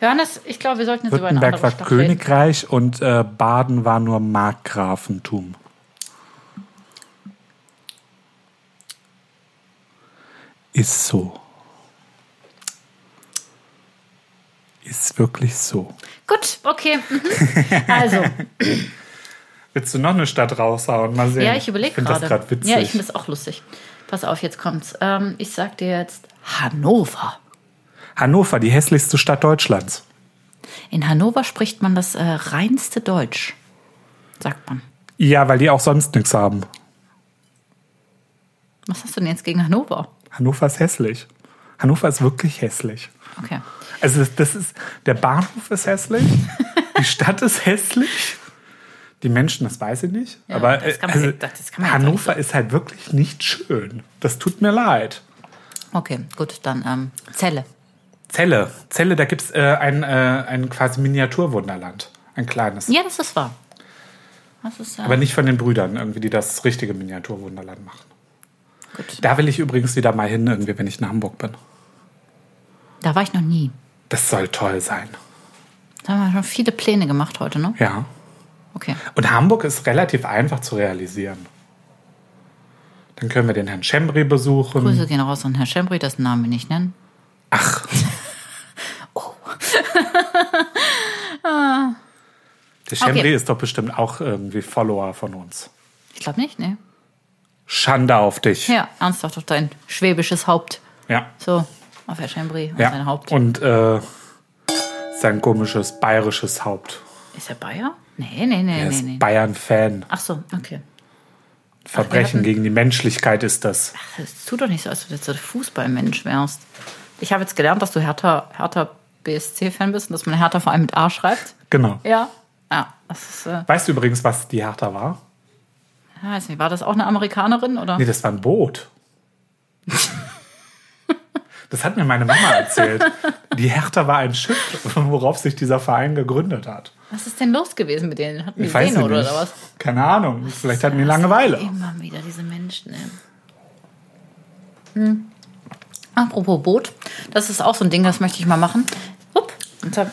Speaker 2: Johannes, ich glaube, wir sollten jetzt über eine
Speaker 3: Württemberg
Speaker 2: andere
Speaker 3: war
Speaker 2: Stadt reden.
Speaker 3: Königreich und äh, Baden war nur Markgrafentum. Ist so. Ist wirklich so.
Speaker 2: Gut, okay. mhm. Also,
Speaker 3: Willst du noch eine Stadt raushauen? Mal sehen.
Speaker 2: ja, ich überlege
Speaker 3: finde
Speaker 2: gerade.
Speaker 3: das gerade witzig.
Speaker 2: Ja, ich finde das auch lustig. Pass auf, jetzt kommt's. Ähm, ich sag dir jetzt Hannover.
Speaker 3: Hannover, die hässlichste Stadt Deutschlands.
Speaker 2: In Hannover spricht man das äh, reinste Deutsch, sagt man.
Speaker 3: Ja, weil die auch sonst nichts haben.
Speaker 2: Was hast du denn jetzt gegen Hannover?
Speaker 3: Hannover ist hässlich. Hannover ist wirklich hässlich.
Speaker 2: Okay.
Speaker 3: Also das- das ist, der Bahnhof ist hässlich, die Stadt ist hässlich, die Menschen, das weiß ich nicht.
Speaker 2: Ja,
Speaker 3: aber
Speaker 2: das kann man-
Speaker 3: also,
Speaker 2: das- das kann man jetzt auch
Speaker 3: Hannover ist halt wirklich nicht schön. Das tut mir leid.
Speaker 2: Okay, gut, dann ähm, Zelle.
Speaker 3: Zelle, Zelle, da gibt es äh, ein, äh, ein quasi Miniaturwunderland. Ein kleines.
Speaker 2: Ja, das ist wahr. Das ist äh, ja
Speaker 3: Aber nicht von den Brüdern, irgendwie, die das richtige Miniaturwunderland machen.
Speaker 2: gut.
Speaker 3: Da will ich übrigens wieder mal hin, irgendwie, wenn ich in Hamburg bin.
Speaker 2: Da war ich noch nie.
Speaker 3: Das soll toll sein.
Speaker 2: Da haben wir schon viele Pläne gemacht heute, ne?
Speaker 3: Ja.
Speaker 2: Okay.
Speaker 3: Und Hamburg ist relativ einfach zu realisieren. Dann können wir den Herrn Schembri besuchen.
Speaker 2: Grüße gehen raus an Herrn Schembri, dessen Namen wir nicht nennen.
Speaker 3: Ach. Der Schembri
Speaker 2: Okay.
Speaker 3: ist doch bestimmt auch irgendwie Follower von uns.
Speaker 2: Ich glaube nicht, ne?
Speaker 3: Schande auf dich.
Speaker 2: Ja, ernsthaft auf dein schwäbisches Haupt.
Speaker 3: Ja.
Speaker 2: So, auf Herr Schembri und
Speaker 3: Ja.
Speaker 2: sein Haupt.
Speaker 3: Und äh, sein komisches bayerisches Haupt.
Speaker 2: Ist er Bayer? Nee, nee, nee,
Speaker 3: Er
Speaker 2: nee,
Speaker 3: ist
Speaker 2: nee.
Speaker 3: Bayern-Fan.
Speaker 2: Ach so, okay.
Speaker 3: Verbrechen
Speaker 2: hatten-
Speaker 3: gegen die Menschlichkeit ist das.
Speaker 2: Ach, Das tut doch nicht so, als ob du jetzt so ein Fußballmensch wärst. Ich habe jetzt gelernt, dass du Hertha, Hertha BSC-Fan bist und dass man Hertha vor allem mit A schreibt.
Speaker 3: Genau.
Speaker 2: Ja. Ja, das ist, äh,
Speaker 3: Weißt du übrigens, was die Hertha war?
Speaker 2: ich weiß nicht, war das auch eine Amerikanerin oder?
Speaker 3: Nee, das war ein Boot. Das hat mir meine Mama erzählt. Die Hertha war ein Schiff, worauf sich dieser Verein gegründet hat.
Speaker 2: Was ist denn los gewesen mit denen? Hatten die
Speaker 3: Ich weiß
Speaker 2: Sehne
Speaker 3: nicht.
Speaker 2: oder, oder was?
Speaker 3: Keine Ahnung. Vielleicht hatten die
Speaker 2: Das sind
Speaker 3: Langeweile.
Speaker 2: Immer wieder diese Menschen. Ey. Hm. Apropos Boot, das ist auch so ein Ding, das möchte ich mal machen. Upp, und hab,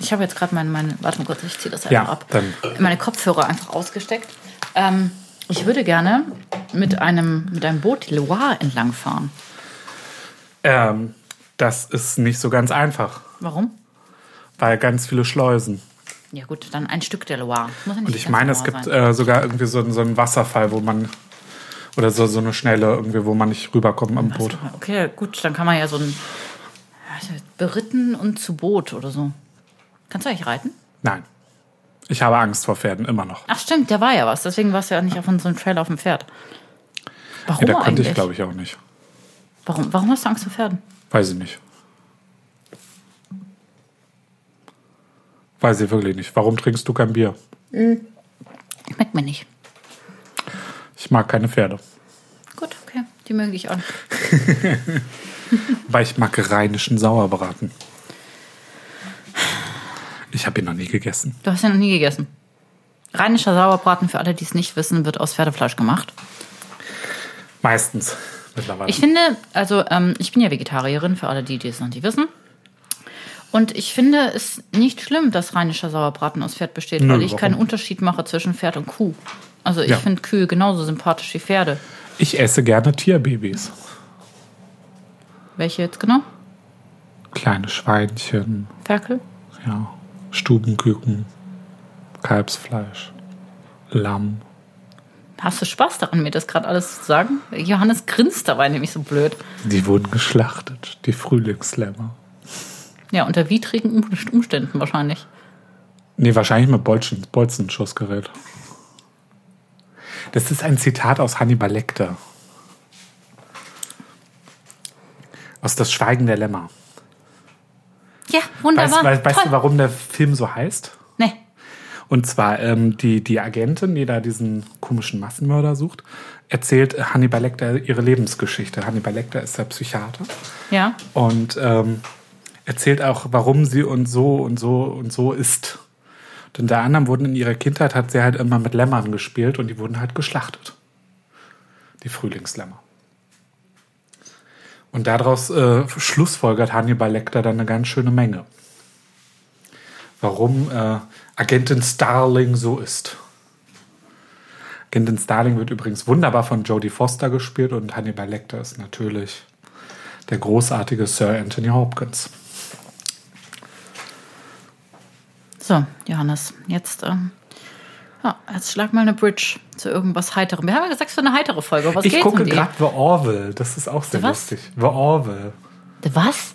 Speaker 2: ich habe jetzt gerade meine, meine, warte mal kurz, ich ziehe das einfach
Speaker 3: Ja,
Speaker 2: ab.
Speaker 3: dann.
Speaker 2: Meine Kopfhörer einfach ausgesteckt. Ähm, ich würde gerne mit einem, mit einem Boot die Loire entlang fahren.
Speaker 3: Ähm, das ist nicht so ganz einfach,
Speaker 2: Warum?
Speaker 3: weil ganz viele Schleusen.
Speaker 2: Ja gut, dann ein Stück der Loire. Muss ja nicht
Speaker 3: Und
Speaker 2: die
Speaker 3: ich
Speaker 2: ganze
Speaker 3: meine, es
Speaker 2: Loire
Speaker 3: gibt
Speaker 2: sein.
Speaker 3: äh, sogar irgendwie so, einen- so einen Wasserfall, wo man oder so, so eine Schnelle irgendwie, wo man nicht rüberkommt am Boot.
Speaker 2: Okay, gut, dann kann man ja so ein also beritten und zu Boot oder so. Kannst du eigentlich reiten?
Speaker 3: Nein. Ich habe Angst vor Pferden, immer noch.
Speaker 2: Ach stimmt, da war ja was. Deswegen warst du ja nicht auf unserem Trail auf dem Pferd. Warum
Speaker 3: Ja, da konnte
Speaker 2: eigentlich?
Speaker 3: ich, glaube ich, auch nicht.
Speaker 2: Warum, warum hast du Angst vor Pferden?
Speaker 3: Weiß ich nicht. Weiß ich wirklich nicht. Warum trinkst du kein Bier?
Speaker 2: Schmeckt mir nicht.
Speaker 3: Ich mag keine Pferde.
Speaker 2: Gut, okay. Die mögen dich auch. nicht.
Speaker 3: Weil ich mag rheinischen Sauerbraten. Ich habe ihn noch nie gegessen.
Speaker 2: Du hast ja noch nie gegessen. Rheinischer Sauerbraten, für alle, die es nicht wissen, wird aus Pferdefleisch gemacht.
Speaker 3: Meistens mittlerweile.
Speaker 2: Ich finde, also ähm, ich bin ja Vegetarierin, für alle, die, die es noch nicht wissen. Und ich finde es nicht schlimm, dass rheinischer Sauerbraten aus Pferd besteht,
Speaker 3: Nö,
Speaker 2: weil ich
Speaker 3: warum?
Speaker 2: keinen Unterschied mache zwischen Pferd und Kuh. Also ich
Speaker 3: Ja.
Speaker 2: finde Kühe genauso sympathisch wie Pferde.
Speaker 3: Ich esse gerne Tierbabys.
Speaker 2: Welche jetzt genau?
Speaker 3: Kleine Schweinchen,
Speaker 2: Ferkel?
Speaker 3: ja. Stubenküken, Kalbsfleisch, Lamm.
Speaker 2: Hast du Spaß daran, mir das gerade alles zu sagen? Johannes grinst dabei nämlich so blöd.
Speaker 3: Die wurden geschlachtet, die Frühlingslämmer.
Speaker 2: Ja, unter widrigen Um- Umständen wahrscheinlich.
Speaker 3: Nee, wahrscheinlich mit Bolzen, Bolzenschussgerät. Das ist ein Zitat aus Hannibal Lecter. Aus Das Schweigen der Lämmer.
Speaker 2: Ja,
Speaker 3: Weißt,
Speaker 2: wunderbar.
Speaker 3: weißt, weißt du,
Speaker 2: Toll.
Speaker 3: warum der Film so heißt?
Speaker 2: Nee.
Speaker 3: Und zwar ähm, die, die Agentin, die da diesen komischen Massenmörder sucht, erzählt Hannibal Lecter ihre Lebensgeschichte. Hannibal Lecter ist der Psychiater
Speaker 2: Ja,
Speaker 3: und ähm, erzählt auch, warum sie und so und so und so ist. Und unter anderem wurden in ihrer Kindheit, hat sie halt immer mit Lämmern gespielt und die wurden halt geschlachtet. Die Frühlingslämmer. Und daraus äh, schlussfolgert Hannibal Lecter dann eine ganz schöne Menge. Warum äh, Agentin Starling so ist. Agentin Starling wird übrigens wunderbar von Jodie Foster gespielt und Hannibal Lecter ist natürlich der großartige Sir Anthony Hopkins.
Speaker 2: so, Johannes, jetzt, ähm, ja, jetzt schlag mal eine Bridge zu irgendwas Heiterem. Wir haben ja gesagt, für eine heitere Folge. Was
Speaker 3: ich
Speaker 2: geht's
Speaker 3: gucke
Speaker 2: um die?
Speaker 3: gerade The Orville. Das ist auch sehr
Speaker 2: Was?
Speaker 3: lustig. The Orville.
Speaker 2: Was?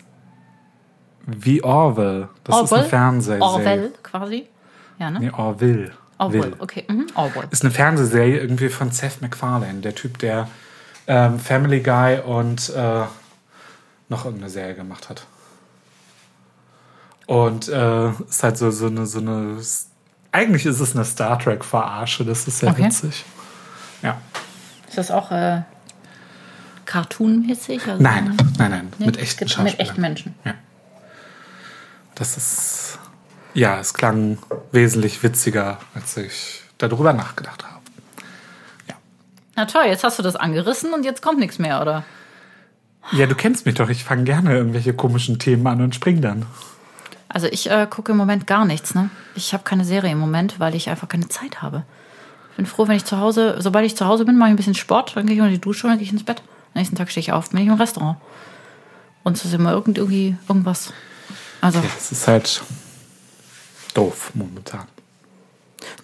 Speaker 3: The Orville. Das ist eine Fernsehserie.
Speaker 2: Orwell quasi. Ja, ne?
Speaker 3: Nee, Orville.
Speaker 2: Orwell,
Speaker 3: Will.
Speaker 2: okay. Mhm. Orwell.
Speaker 3: Ist eine Fernsehserie irgendwie von Seth MacFarlane. Der Typ, der ähm, Family Guy und äh, noch irgendeine Serie gemacht hat. Und äh, ist halt so, so eine, so eine. Eigentlich ist es eine Star Trek-Verarsche. Das ist sehr
Speaker 2: Okay.
Speaker 3: witzig. Ja.
Speaker 2: Ist das auch äh, cartoonmäßig? Also,
Speaker 3: Nein, nein, nein.
Speaker 2: Nee,
Speaker 3: mit echten
Speaker 2: gibt's-
Speaker 3: Schauspielern.
Speaker 2: Mit echten Menschen.
Speaker 3: Ja. Das ist. Ja, es klang wesentlich witziger, als ich darüber nachgedacht habe.
Speaker 2: Na toll, jetzt hast du das angerissen und jetzt kommt nichts mehr, oder?
Speaker 3: Ja, du kennst mich doch. Ich fange gerne irgendwelche komischen Themen an und spring dann.
Speaker 2: Also ich äh, gucke im Moment gar nichts, ne? Ich habe keine Serie im Moment, weil ich einfach keine Zeit habe. Bin froh, wenn ich zu Hause, sobald ich zu Hause bin, mache ich ein bisschen Sport, dann gehe ich unter die Dusche und dann gehe ich ins Bett. Am nächsten Tag stehe ich auf, bin ich im Restaurant. Und es ist immer irgend, irgendwie irgendwas. Also,
Speaker 3: Das ist halt doof momentan.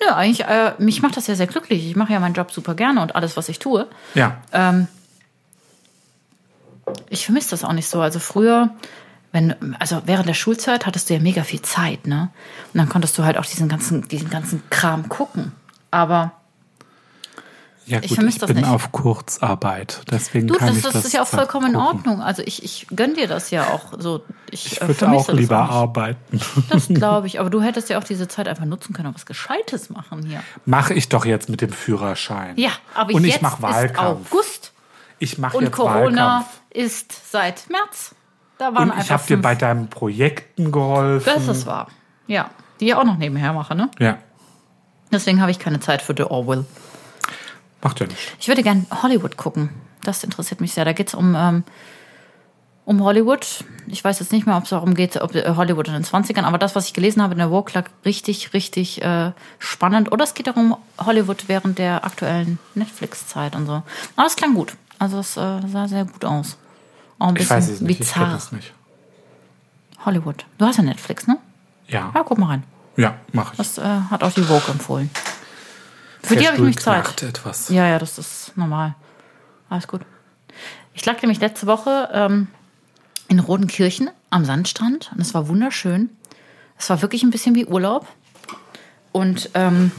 Speaker 2: nö, eigentlich, äh, mich macht das ja sehr glücklich. Ich mache ja meinen Job super gerne und alles, was ich tue.
Speaker 3: Ja.
Speaker 2: Ähm, ich vermisse das auch nicht so. Also früher, wenn, also während der Schulzeit hattest du ja mega viel Zeit, ne? Und dann konntest du halt auch diesen ganzen, diesen ganzen Kram gucken. Aber
Speaker 3: ja
Speaker 2: ich
Speaker 3: gut, ich,
Speaker 2: vermiss das
Speaker 3: bin
Speaker 2: nicht.
Speaker 3: auf Kurzarbeit. Deswegen
Speaker 2: du,
Speaker 3: kann
Speaker 2: das,
Speaker 3: ich
Speaker 2: das
Speaker 3: das
Speaker 2: ist ja auch
Speaker 3: Zeug
Speaker 2: vollkommen in
Speaker 3: gucken.
Speaker 2: Ordnung. Also ich, ich gönne dir das ja auch so. Ich,
Speaker 3: Ich
Speaker 2: äh,
Speaker 3: würde
Speaker 2: vermisse
Speaker 3: auch lieber
Speaker 2: das auch
Speaker 3: arbeiten.
Speaker 2: nicht. Das glaube ich. Aber du hättest ja auch diese Zeit einfach nutzen können und was Gescheites machen hier.
Speaker 3: Mache ich doch jetzt mit dem Führerschein.
Speaker 2: Ja, aber
Speaker 3: Und
Speaker 2: jetzt
Speaker 3: ich mache
Speaker 2: ist
Speaker 3: Wahlkampf.
Speaker 2: August
Speaker 3: Ich mache
Speaker 2: und
Speaker 3: jetzt
Speaker 2: Corona
Speaker 3: Wahlkampf.
Speaker 2: ist seit März. Da waren
Speaker 3: Und ich
Speaker 2: einfach
Speaker 3: habe dir
Speaker 2: fünf
Speaker 3: bei deinen Projekten geholfen.
Speaker 2: Das ist wahr. Ja, die ich auch noch nebenher mache, ne?
Speaker 3: ja,
Speaker 2: Deswegen habe ich keine Zeit für The Orwell.
Speaker 3: macht ja nicht.
Speaker 2: Ich würde gern Hollywood gucken. Das interessiert mich sehr. Da geht es um, ähm, um Hollywood. Ich weiß jetzt nicht mehr, ob es darum geht, ob äh, Hollywood in den 20ern, aber das, was ich gelesen habe in der Vogue, lag richtig, richtig äh, spannend. Oder es geht darum, Hollywood während der aktuellen Netflix-Zeit und so. Aber es klang gut. Also es äh, sah sehr gut aus. Auch ein
Speaker 3: Ich
Speaker 2: bisschen
Speaker 3: weiß es nicht. Ich kenne
Speaker 2: bizarr.
Speaker 3: es nicht.
Speaker 2: Hollywood. Du hast ja Netflix, ne?
Speaker 3: Ja,
Speaker 2: Ja, guck mal rein.
Speaker 3: ja, mache ich.
Speaker 2: Das äh, hat auch die Vogue empfohlen. Für die habe ich mich Zeit.
Speaker 3: Knackt etwas.
Speaker 2: Ja, ja, das ist normal. Alles gut. Ich lag nämlich letzte Woche ähm, in Rodenkirchen am Sandstrand und es war wunderschön. Es war wirklich ein bisschen wie Urlaub. Und ähm,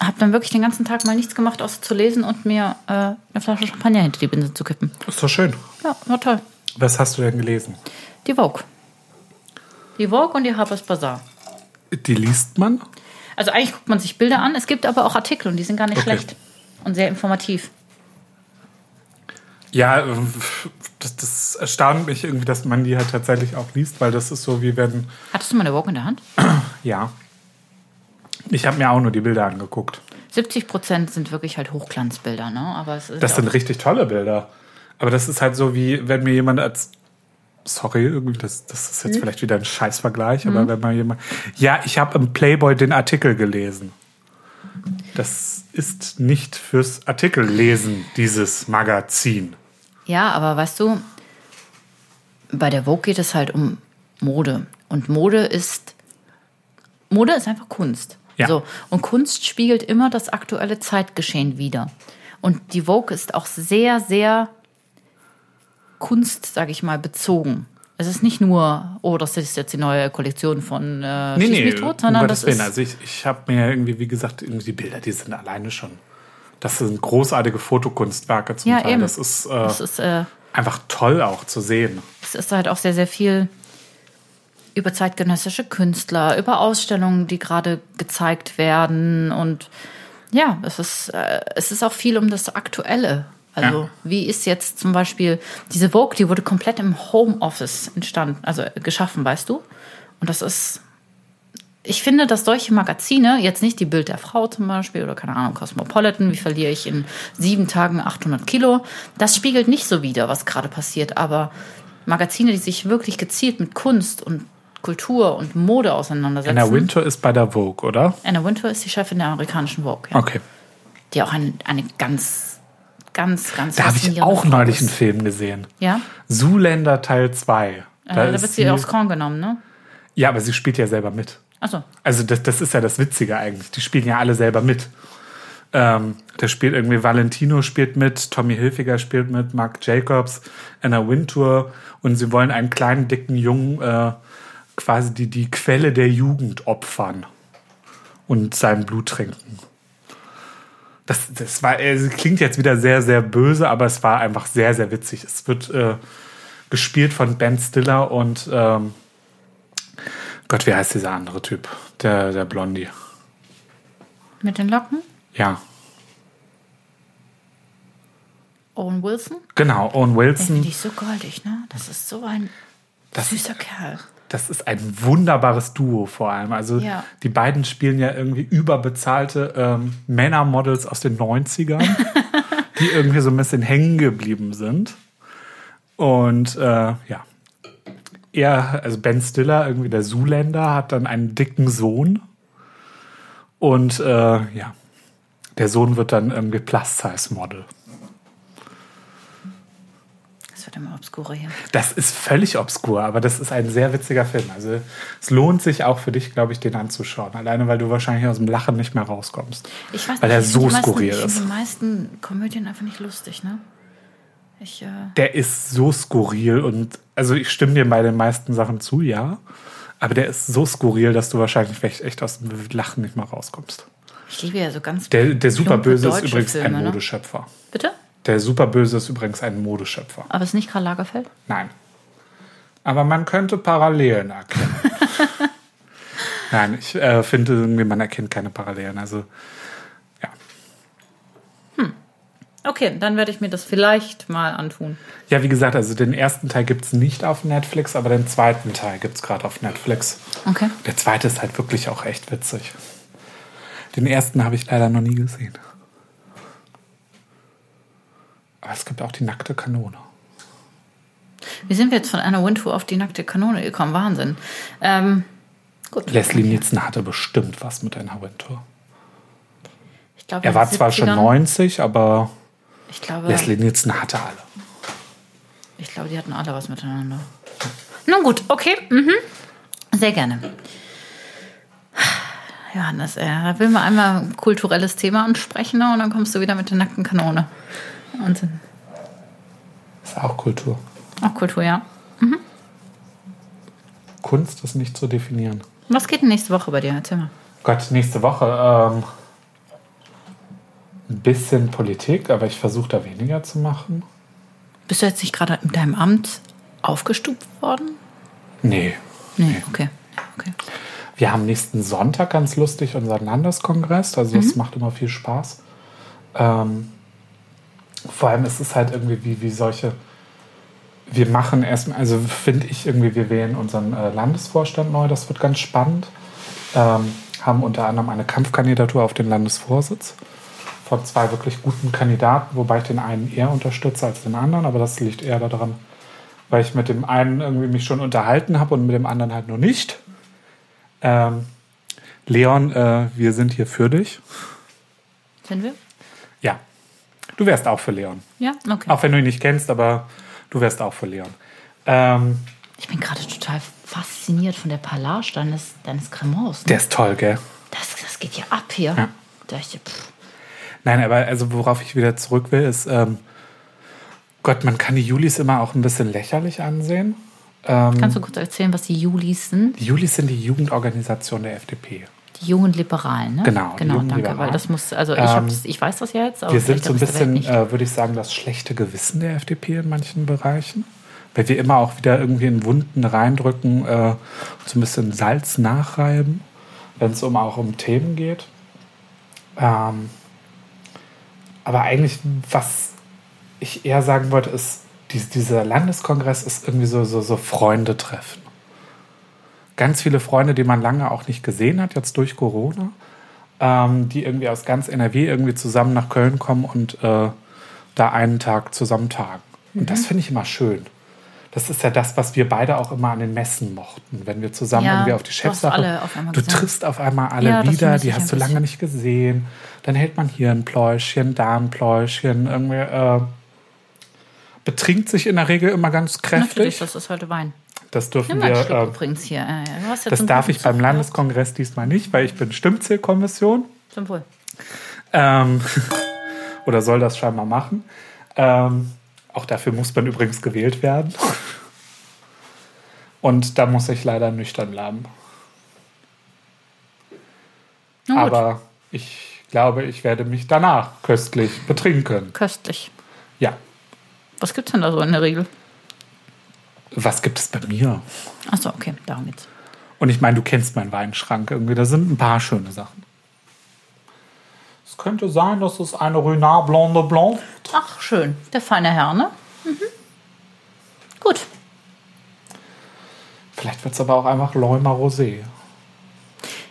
Speaker 2: habe dann wirklich den ganzen Tag mal nichts gemacht, außer zu lesen und mir äh, eine Flasche Champagner hinter die Binsen zu kippen.
Speaker 3: Ist doch schön.
Speaker 2: Ja, war toll.
Speaker 3: Was hast du denn gelesen?
Speaker 2: Die Vogue. Die Vogue und die Harper's Bazaar.
Speaker 3: Die liest man?
Speaker 2: Also eigentlich guckt man sich Bilder an. Es gibt aber auch Artikel und die sind gar nicht
Speaker 3: Okay.
Speaker 2: schlecht und sehr informativ.
Speaker 3: Ja, ähm, das, das erstaunt mich irgendwie, dass man die halt tatsächlich auch liest, weil das ist so wie wenn,
Speaker 2: Hattest du mal eine Vogue in der Hand?
Speaker 3: ja. Ich habe mir auch nur die Bilder angeguckt.
Speaker 2: 70 Prozent sind wirklich halt Hochglanzbilder, ne? Aber es ist
Speaker 3: Das
Speaker 2: ja
Speaker 3: sind richtig tolle Bilder. Aber das ist halt so wie, wenn mir jemand als sorry, irgendwie, das, das ist jetzt
Speaker 2: Hm?
Speaker 3: vielleicht wieder ein Scheißvergleich, aber wenn man jemand. Ja, ich habe im Playboy den Artikel gelesen. Das ist nicht fürs Artikellesen, dieses Magazin.
Speaker 2: Ja, aber weißt du, bei der Vogue geht es halt um Mode. Und Mode ist. Mode ist einfach Kunst.
Speaker 3: Ja.
Speaker 2: So. Und Kunst spiegelt immer das aktuelle Zeitgeschehen wider. Und die Vogue ist auch sehr, sehr Kunst, sage ich mal, bezogen. Es ist nicht nur, oh, das ist jetzt die neue Kollektion von äh, Schieß mich tot,
Speaker 3: um
Speaker 2: sondern
Speaker 3: Gottes
Speaker 2: das
Speaker 3: Willen.
Speaker 2: ist
Speaker 3: Also ich, ich habe mir irgendwie, wie gesagt, irgendwie die Bilder, die sind alleine schon. Das sind großartige Fotokunstwerke zum
Speaker 2: Ja,
Speaker 3: Teil.
Speaker 2: eben.
Speaker 3: Das ist, äh,
Speaker 2: Das ist, äh,
Speaker 3: einfach toll auch zu sehen.
Speaker 2: es ist halt auch sehr, sehr viel über zeitgenössische Künstler, über Ausstellungen, die gerade gezeigt werden. Und ja, es ist, äh, es ist auch viel um das Aktuelle. Also,
Speaker 3: Ja.
Speaker 2: wie ist jetzt zum Beispiel diese Vogue, die wurde komplett im Homeoffice entstanden, also äh, geschaffen, weißt du? Und das ist. Ich finde, dass solche Magazine, jetzt nicht die Bild der Frau zum Beispiel oder keine Ahnung, Cosmopolitan, wie verliere ich in sieben Tagen 800 Kilo, das spiegelt nicht so wider, was gerade passiert. Aber Magazine, die sich wirklich gezielt mit Kunst und Kultur und Mode auseinandersetzen.
Speaker 3: Anna Winter ist bei der Vogue, oder?
Speaker 2: Anna Wintour ist die Chefin der amerikanischen Vogue, ja.
Speaker 3: Okay.
Speaker 2: die auch eine, eine ganz, ganz, ganz
Speaker 3: Da habe ich
Speaker 2: faszinierende
Speaker 3: auch
Speaker 2: Frau
Speaker 3: neulich
Speaker 2: ist.
Speaker 3: einen Film gesehen.
Speaker 2: Ja,
Speaker 3: Zuländer Teil 2.
Speaker 2: äh, da, wird sie aufs Korn genommen, ne?
Speaker 3: ja, aber sie spielt ja selber mit.
Speaker 2: Achso,
Speaker 3: Also das, das ist ja das Witzige eigentlich. Die spielen ja alle selber mit. Ähm, da spielt irgendwie Valentino spielt mit, Tommy Hilfiger spielt mit, Marc Jacobs, Anna Wintour und sie wollen einen kleinen, dicken Jungen äh, quasi die, die Quelle der Jugend opfern und sein Blut trinken. Das, das war, äh, klingt jetzt wieder sehr, sehr böse, aber es war einfach sehr, sehr witzig. Es wird äh, gespielt von Ben Stiller und ähm, Gott, wie heißt dieser andere Typ? Der, der Blondie.
Speaker 2: mit den Locken.
Speaker 3: Ja,
Speaker 2: Owen Wilson.
Speaker 3: genau. Owen
Speaker 2: Den finde
Speaker 3: Wilson.
Speaker 2: ich so goldig, ne? Das ist so ein
Speaker 3: Das,
Speaker 2: süßer Kerl.
Speaker 3: das ist ein wunderbares Duo vor allem. Also
Speaker 2: Ja.
Speaker 3: die beiden spielen ja irgendwie überbezahlte ähm, Männermodels aus den 90ern, die irgendwie so ein bisschen hängen geblieben sind. Und äh, ja, er, also Ben Stiller, irgendwie der Zuländer, hat dann einen dicken Sohn. Und äh, ja, der Sohn wird dann irgendwie Plus-Size-Model.
Speaker 2: Das wird immer obskurer hier.
Speaker 3: Das ist völlig obskur, aber das ist ein sehr witziger Film. Also es lohnt sich auch für dich, glaube ich, den anzuschauen. Alleine, weil du wahrscheinlich aus dem Lachen nicht mehr rauskommst.
Speaker 2: Ich weiß
Speaker 3: weil er
Speaker 2: ich finde
Speaker 3: so
Speaker 2: die meisten-
Speaker 3: skurril
Speaker 2: ich finde
Speaker 3: ist.
Speaker 2: Die meisten Komödien einfach nicht lustig, ne? Ich, äh,
Speaker 3: Der ist so skurril und also ich stimme dir bei den meisten Sachen zu, ja. Aber der ist so skurril, dass du wahrscheinlich vielleicht echt aus dem Lachen nicht mehr rauskommst.
Speaker 2: ich liebe ja so ganz.
Speaker 3: Der, der Superböse ist
Speaker 2: deutsche
Speaker 3: übrigens
Speaker 2: Filme,
Speaker 3: ein
Speaker 2: ne?
Speaker 3: Modeschöpfer.
Speaker 2: Bitte?
Speaker 3: Der Superböse ist übrigens ein Modeschöpfer.
Speaker 2: Aber es ist nicht Karl Lagerfeld?
Speaker 3: Nein. Aber man könnte Parallelen erkennen. Nein, ich äh, finde irgendwie, man erkennt keine Parallelen. Also, ja.
Speaker 2: Okay, dann werde ich mir das vielleicht mal antun.
Speaker 3: Ja, wie gesagt, also den ersten Teil gibt es nicht auf Netflix, aber den zweiten Teil gibt es gerade auf Netflix.
Speaker 2: Okay.
Speaker 3: Der zweite ist halt wirklich auch echt witzig. Den ersten habe ich leider noch nie gesehen. Aber es gibt auch die nackte Kanone.
Speaker 2: Wie sind wir jetzt von Anna Wintour auf die nackte Kanone gekommen? Wahnsinn. Ähm, gut.
Speaker 3: Leslie Nielsen hatte bestimmt was mit einer Winter.
Speaker 2: Ich glaube, in
Speaker 3: Er
Speaker 2: den
Speaker 3: war zwar schon
Speaker 2: 70ern
Speaker 3: 90, aber
Speaker 2: Ich glaube,
Speaker 3: Leslie Nielsen hatte alle.
Speaker 2: ich glaube, die hatten alle was miteinander. Nun gut, okay. Mhm. Sehr gerne. Johannes, äh, da will man einmal ein kulturelles Thema ansprechen ne? und dann kommst du wieder mit der nackten Kanone. Und
Speaker 3: Ist auch Kultur.
Speaker 2: auch Kultur, ja.
Speaker 3: Kunst ist nicht zu definieren.
Speaker 2: Was geht denn nächste Woche bei dir? Erzähl mal.
Speaker 3: Gott, nächste Woche ähm, ein bisschen Politik, aber ich versuche da weniger zu machen.
Speaker 2: Bist du jetzt nicht gerade in deinem Amt aufgestuft worden?
Speaker 3: Nee.
Speaker 2: Nee, okay. okay.
Speaker 3: Wir haben nächsten Sonntag ganz lustig unseren Landeskongress, also es macht immer viel Spaß. Ähm, vor allem ist es halt irgendwie wie, wie solche. Wir machen erstmal, also finde ich irgendwie, wir wählen unseren äh, Landesvorstand neu, das wird ganz spannend. Ähm, haben unter anderem eine Kampfkandidatur auf den Landesvorsitz von zwei wirklich guten Kandidaten, wobei ich den einen eher unterstütze als den anderen, aber das liegt eher daran, weil ich mit dem einen irgendwie mich schon unterhalten habe und mit dem anderen halt noch nicht. Ähm, Leon, äh, wir sind hier für dich.
Speaker 2: Sind wir?
Speaker 3: Ja, du wärst auch für Leon.
Speaker 2: Ja, okay.
Speaker 3: Auch wenn du ihn nicht kennst, aber du wärst auch für Leon. Ähm,
Speaker 2: Ich bin gerade total fasziniert von der Palage deines, deines Cremants. Ne?
Speaker 3: der ist toll, gell?
Speaker 2: Das, das geht ja ab hier.
Speaker 3: Ja.
Speaker 2: Da ich, pff,
Speaker 3: Nein, aber also worauf ich wieder zurück will, ist, ähm, Gott, man kann die Julis immer auch ein bisschen lächerlich ansehen.
Speaker 2: kannst
Speaker 3: Hm.
Speaker 2: du kurz erzählen, was die Julis sind?
Speaker 3: Die Julis sind die Jugendorganisation der FDP.
Speaker 2: Die jungen Liberalen, ne?
Speaker 3: Genau, die
Speaker 2: Genau,
Speaker 3: jungen
Speaker 2: danke. Weil
Speaker 3: Liberalen.
Speaker 2: das muss, also ich,
Speaker 3: Ähm,
Speaker 2: hab's, ich weiß das ja jetzt, aber
Speaker 3: Wir sind
Speaker 2: vielleicht
Speaker 3: so ein
Speaker 2: der Rest der Welt
Speaker 3: bisschen,
Speaker 2: nicht.
Speaker 3: äh, würde ich sagen, das schlechte Gewissen der FDP in manchen Bereichen. Weil wir immer auch wieder irgendwie in Wunden reindrücken, äh, so ein bisschen Salz nachreiben, wenn es um auch um Themen geht. Ähm, aber eigentlich, was ich eher sagen wollte, ist, dies, dieser Landeskongress ist irgendwie so, so, so Freunde treffen. Ganz viele Freunde, die man lange auch nicht gesehen hat, jetzt durch Corona ähm, die irgendwie aus ganz NRW irgendwie zusammen nach Köln kommen und äh, da einen Tag zusammen tagen. Und
Speaker 2: Mhm.
Speaker 3: das finde ich immer schön. Das ist ja das, was wir beide auch immer an den Messen mochten, wenn wir zusammen
Speaker 2: Ja,
Speaker 3: irgendwie auf
Speaker 2: du
Speaker 3: die
Speaker 2: hast
Speaker 3: Chefsache.
Speaker 2: alle auf einmal
Speaker 3: du
Speaker 2: gesehen.
Speaker 3: triffst auf einmal alle
Speaker 2: Ja, das
Speaker 3: wieder,
Speaker 2: vermisse
Speaker 3: die
Speaker 2: ich
Speaker 3: hast
Speaker 2: ein
Speaker 3: du lange
Speaker 2: bisschen.
Speaker 3: nicht gesehen. Dann hält man hier ein Pläuschchen, da ein Pläuschchen, irgendwie äh, betrinkt sich in der Regel immer ganz
Speaker 2: Natürlich,
Speaker 3: kräftig.
Speaker 2: das ist heute Wein.
Speaker 3: Das dürfen
Speaker 2: Nimm mal einen
Speaker 3: wir
Speaker 2: Schluck
Speaker 3: äh,
Speaker 2: übrigens hier. Äh, du hast jetzt
Speaker 3: das
Speaker 2: einen
Speaker 3: darf
Speaker 2: guten
Speaker 3: ich beim
Speaker 2: Zug,
Speaker 3: Landeskongress diesmal nicht, weil ich bin Stimmzählkommission.
Speaker 2: ja? Zum Wohl.
Speaker 3: Ähm, oder soll das scheinbar machen. Ähm, auch dafür muss man übrigens gewählt werden. Und da muss ich leider nüchtern bleiben.
Speaker 2: Na gut,
Speaker 3: Aber ich glaube, ich werde mich danach köstlich betrinken.
Speaker 2: köstlich.
Speaker 3: Ja.
Speaker 2: Was gibt's denn da so in der Regel?
Speaker 3: Was gibt es bei mir?
Speaker 2: Achso, okay, darum geht's.
Speaker 3: Und ich meine, du kennst meinen Weinschrank irgendwie. Da sind ein paar schöne Sachen. Es könnte sein, dass es eine Renard Blonde Blanc
Speaker 2: Ach, schön. Der feine Herr, ne? Mhm. Gut.
Speaker 3: Vielleicht wird es aber auch einfach Leumer Rosé.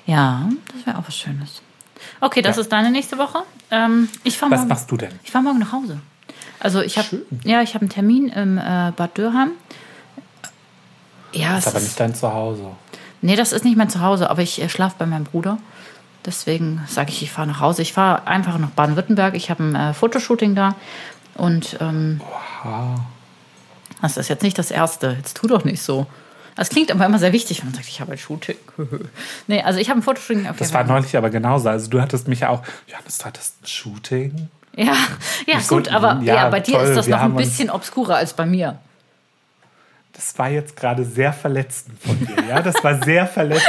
Speaker 2: Ja, das wäre auch was Schönes. Okay, das
Speaker 3: Ja.
Speaker 2: ist deine nächste Woche. Ähm, ich fahre
Speaker 3: Was
Speaker 2: morgen,
Speaker 3: machst du denn?
Speaker 2: ich fahr morgen nach Hause. Also ich habe
Speaker 3: Schön.
Speaker 2: ja, ich habe einen Termin im äh, Bad Dürheim. Ja,
Speaker 3: Das
Speaker 2: es
Speaker 3: ist aber
Speaker 2: ist,
Speaker 3: nicht dein Zuhause.
Speaker 2: nee, das ist nicht mein Zuhause, aber ich äh, schlafe bei meinem Bruder. Deswegen sage ich, ich fahre nach Hause. Ich fahre einfach nach Baden-Württemberg. Ich habe ein äh, Fotoshooting da. Und ähm, das ist jetzt nicht das Erste. Jetzt tu doch nicht so. Das klingt aber immer sehr wichtig, wenn man sagt, ich habe ein Shooting. nee, also ich habe ein Fotoshooting. Okay,
Speaker 3: Das war neulich aber genauso. Also du hattest mich ja auch, Johannes, du hattest ein Shooting.
Speaker 2: Ja, ja
Speaker 3: so,
Speaker 2: gut, aber
Speaker 3: ja,
Speaker 2: ja, bei dir
Speaker 3: toll,
Speaker 2: ist das
Speaker 3: wir
Speaker 2: noch ein
Speaker 3: haben uns-
Speaker 2: bisschen obskurer als bei mir.
Speaker 3: Das war jetzt gerade sehr verletzend von dir, ja? Das war sehr verletzend.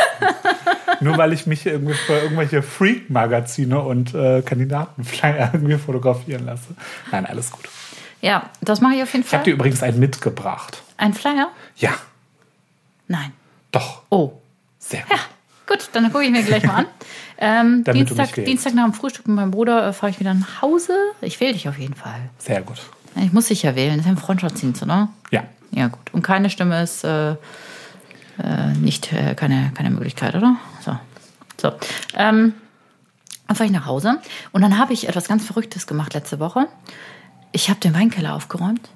Speaker 3: Nur weil ich mich irgendwie für irgendwelche Freak-Magazine und äh, Kandidatenflyer irgendwie fotografieren lasse. Nein, alles gut.
Speaker 2: Ja, das mache ich auf jeden
Speaker 3: Ich habe dir
Speaker 2: Fall.
Speaker 3: übrigens einen mitgebracht.
Speaker 2: Ein Flyer?
Speaker 3: Ja,
Speaker 2: Nein.
Speaker 3: doch.
Speaker 2: Oh.
Speaker 3: Sehr gut.
Speaker 2: Gut, dann gucke ich mir gleich mal an. Ähm,
Speaker 3: Damit du
Speaker 2: Dienstag,
Speaker 3: mich wählst.
Speaker 2: Dienstag nach dem Frühstück mit meinem Bruder äh, fahre ich wieder nach Hause. Ich wähle dich auf jeden Fall.
Speaker 3: Sehr gut.
Speaker 2: Ich muss dich ja wählen. Das ist ein Freundschaftsdienst, oder?
Speaker 3: Ja.
Speaker 2: Ja, gut. Und keine Stimme ist äh, äh, nicht, äh, keine, keine Möglichkeit, oder? So. So. Ähm, dann fahre ich nach Hause. Und dann habe ich etwas ganz Verrücktes gemacht letzte Woche. Ich habe den Weinkeller aufgeräumt.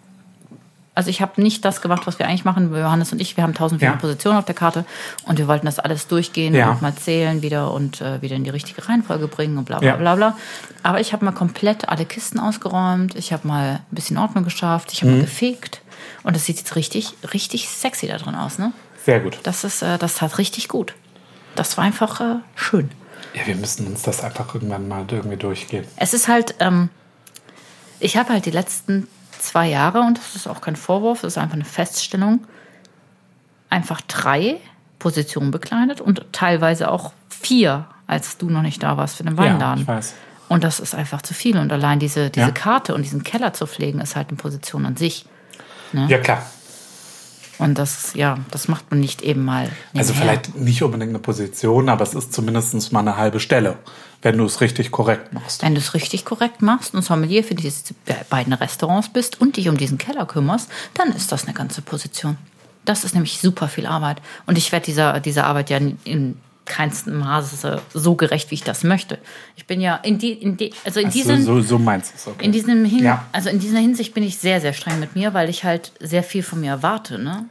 Speaker 2: Also ich habe nicht das gemacht, was wir eigentlich machen, Johannes und ich. Wir haben 1400
Speaker 3: Ja.
Speaker 2: Positionen auf der Karte und wir wollten das alles durchgehen
Speaker 3: Ja.
Speaker 2: und mal zählen wieder und äh, wieder in die richtige Reihenfolge bringen und bla bla
Speaker 3: Ja.
Speaker 2: bla bla. Aber ich habe mal komplett alle Kisten ausgeräumt. Ich habe mal ein bisschen Ordnung geschafft. Ich habe mal gefegt. Und das sieht jetzt richtig, richtig sexy da drin aus. Ne?
Speaker 3: Sehr gut.
Speaker 2: Das, ist, äh, das tat richtig gut. Das war einfach äh, schön.
Speaker 3: Ja, wir müssen uns das einfach irgendwann mal irgendwie durchgehen.
Speaker 2: Es ist halt, ähm, ich habe halt die letzten zwei Jahre, und das ist auch kein Vorwurf, das ist einfach eine Feststellung, einfach drei Positionen bekleidet und teilweise auch vier, als du noch nicht da warst für den Weinladen.
Speaker 3: ich weiß.
Speaker 2: Und das ist einfach zu viel. Und allein diese, diese
Speaker 3: Ja.
Speaker 2: Karte und diesen Keller zu pflegen, ist halt eine Position an sich.
Speaker 3: Ja, klar.
Speaker 2: Und das, ja, das macht man nicht eben mal.
Speaker 3: Also
Speaker 2: nebenher.
Speaker 3: vielleicht nicht unbedingt eine Position, aber es ist zumindest mal eine halbe Stelle, wenn du es richtig korrekt machst.
Speaker 2: Wenn du es richtig korrekt machst und Sommelier für diese beiden Restaurants bist und dich um diesen Keller kümmerst, dann ist das eine ganze Position. Das ist nämlich super viel Arbeit. Und ich werde dieser, dieser Arbeit ja in, keinsten Maße so gerecht, wie ich das möchte. Ich bin ja in die, in die also in
Speaker 3: Ach, so,
Speaker 2: diesen
Speaker 3: so, so meinst du es, okay.
Speaker 2: in diesem Hin
Speaker 3: Ja.
Speaker 2: also in dieser Hinsicht bin ich sehr sehr streng mit mir, weil ich halt sehr viel von mir erwarte, ne?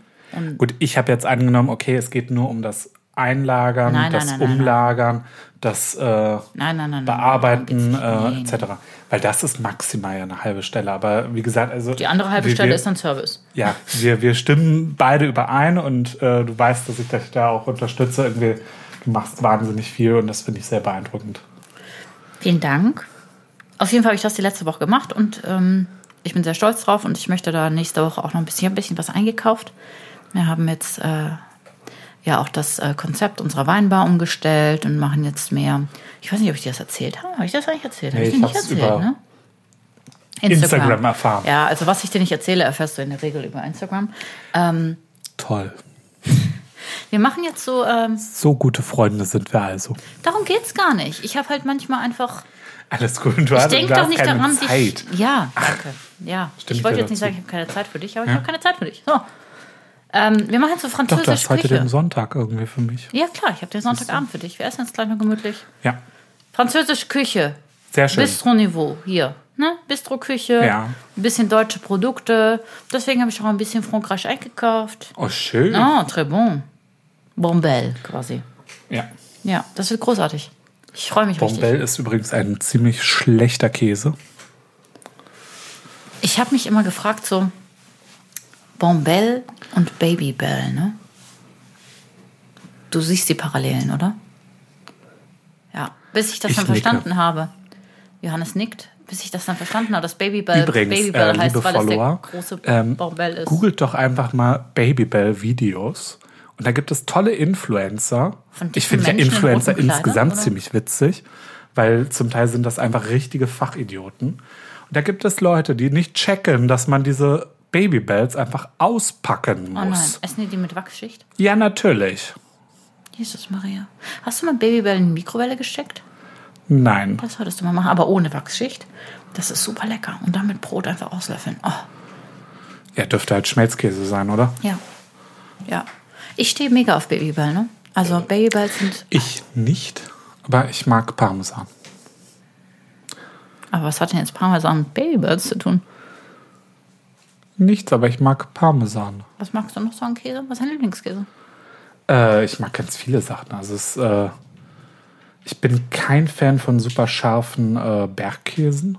Speaker 3: Gut, ich habe jetzt angenommen, okay, es geht nur um das Einlagern,
Speaker 2: Nein, nein,
Speaker 3: das
Speaker 2: nein, nein, nein.
Speaker 3: Umlagern, das äh,
Speaker 2: Nein, nein, nein. nein,
Speaker 3: Bearbeiten
Speaker 2: nein, darum
Speaker 3: äh,
Speaker 2: geht's nicht.
Speaker 3: etc. Weil das ist maximal ja eine halbe Stelle. Aber wie gesagt, also.
Speaker 2: Die andere halbe
Speaker 3: wir,
Speaker 2: Stelle
Speaker 3: wir,
Speaker 2: ist dann Service.
Speaker 3: Ja, wir, wir stimmen beide überein und äh, du weißt, dass ich dich da auch unterstütze. Irgendwie, du machst wahnsinnig viel und das finde ich sehr beeindruckend.
Speaker 2: Vielen Dank. Auf jeden Fall habe ich das die letzte Woche gemacht und ähm, ich bin sehr stolz drauf und ich möchte da nächste Woche auch noch ein bisschen, ein bisschen was eingekauft. Wir haben jetzt äh, ja auch das äh, Konzept unserer Weinbar umgestellt und machen jetzt mehr. Ich weiß nicht, ob ich dir das erzählt habe. Habe ich das eigentlich erzählt? Habe
Speaker 3: Nee,
Speaker 2: ich dir
Speaker 3: ich
Speaker 2: nicht
Speaker 3: hab's
Speaker 2: erzählt,
Speaker 3: über
Speaker 2: ne?
Speaker 3: Instagram erfahren.
Speaker 2: Ja, also was ich dir nicht erzähle, erfährst du in der Regel über Instagram. Ähm,
Speaker 3: Toll.
Speaker 2: wir machen jetzt so, ähm,
Speaker 3: So gute Freunde sind wir also.
Speaker 2: darum geht's gar nicht. Ich habe halt manchmal einfach
Speaker 3: Alles gut. Du
Speaker 2: Ich
Speaker 3: hast,
Speaker 2: denke
Speaker 3: du
Speaker 2: doch
Speaker 3: hast
Speaker 2: nicht
Speaker 3: keine
Speaker 2: daran,
Speaker 3: Zeit.
Speaker 2: dich. Ja, danke. Ja.
Speaker 3: Stimmt
Speaker 2: ich wollte
Speaker 3: ja
Speaker 2: jetzt nicht
Speaker 3: dazu.
Speaker 2: sagen, ich habe keine Zeit für dich, aber ich
Speaker 3: Ja.
Speaker 2: habe keine Zeit für dich. So. Ähm, wir machen jetzt so
Speaker 3: Doch, du hast
Speaker 2: französische
Speaker 3: heute den
Speaker 2: Küche.
Speaker 3: Sonntag irgendwie für mich.
Speaker 2: Ja, klar, ich habe den Sonntagabend für dich. Wir essen jetzt gleich mal gemütlich.
Speaker 3: Ja.
Speaker 2: Französische Küche.
Speaker 3: Sehr schön.
Speaker 2: Bistro-Niveau hier. Ne? Bistro-Küche.
Speaker 3: Ja.
Speaker 2: Ein bisschen deutsche Produkte. Deswegen habe ich auch ein bisschen Frankreich eingekauft.
Speaker 3: Oh, schön.
Speaker 2: Ah, très bon. Bombelle quasi.
Speaker 3: Ja.
Speaker 2: Ja, das wird großartig. Ich freue mich richtig.
Speaker 3: Bombell ist übrigens ein ziemlich schlechter Käse.
Speaker 2: Ich habe mich immer gefragt, so Bombell und Babybell, ne? Du siehst die Parallelen, oder? Ja, bis ich das
Speaker 3: Ich
Speaker 2: dann
Speaker 3: nicke.
Speaker 2: verstanden habe. Johannes nickt, bis ich das dann verstanden habe, dass Babybell
Speaker 3: Übrigens,
Speaker 2: Babybell
Speaker 3: äh,
Speaker 2: heißt,
Speaker 3: liebe
Speaker 2: weil
Speaker 3: Follower,
Speaker 2: es der große
Speaker 3: ähm,
Speaker 2: Bombell ist.
Speaker 3: Googelt doch einfach mal Babybell-Videos. Und da gibt es tolle Influencer.
Speaker 2: Von dicken
Speaker 3: Ich finde ja
Speaker 2: Menschen in
Speaker 3: Influencer
Speaker 2: roten Kleidern,
Speaker 3: insgesamt
Speaker 2: oder?
Speaker 3: ziemlich witzig, weil zum Teil sind das einfach richtige Fachidioten. Und da gibt es Leute, die nicht checken, dass man diese Babybells einfach auspacken
Speaker 2: Oh nein,
Speaker 3: muss.
Speaker 2: essen die die mit Wachsschicht?
Speaker 3: ja, natürlich.
Speaker 2: Jesus Maria. Hast du mal Babybell in die Mikrowelle gesteckt?
Speaker 3: Nein.
Speaker 2: Das solltest du mal machen, aber ohne Wachsschicht. Das ist super lecker. Und dann mit Brot einfach auslöffeln. Oh.
Speaker 3: Ja, dürfte halt Schmelzkäse sein, oder?
Speaker 2: Ja. Ja. Ich stehe mega auf Babyball, ne?
Speaker 3: Äh.
Speaker 2: Also Babyball sind.
Speaker 3: Ich nicht, aber ich mag Parmesan.
Speaker 2: Aber was hat denn jetzt Parmesan mit Babyballs zu tun?
Speaker 3: Nichts, aber ich mag Parmesan.
Speaker 2: Was magst du noch so an Käse? Was ist dein Lieblingskäse?
Speaker 3: Äh, ich mag ganz viele Sachen. Also es, äh, ich bin kein Fan von super scharfen äh, Bergkäsen.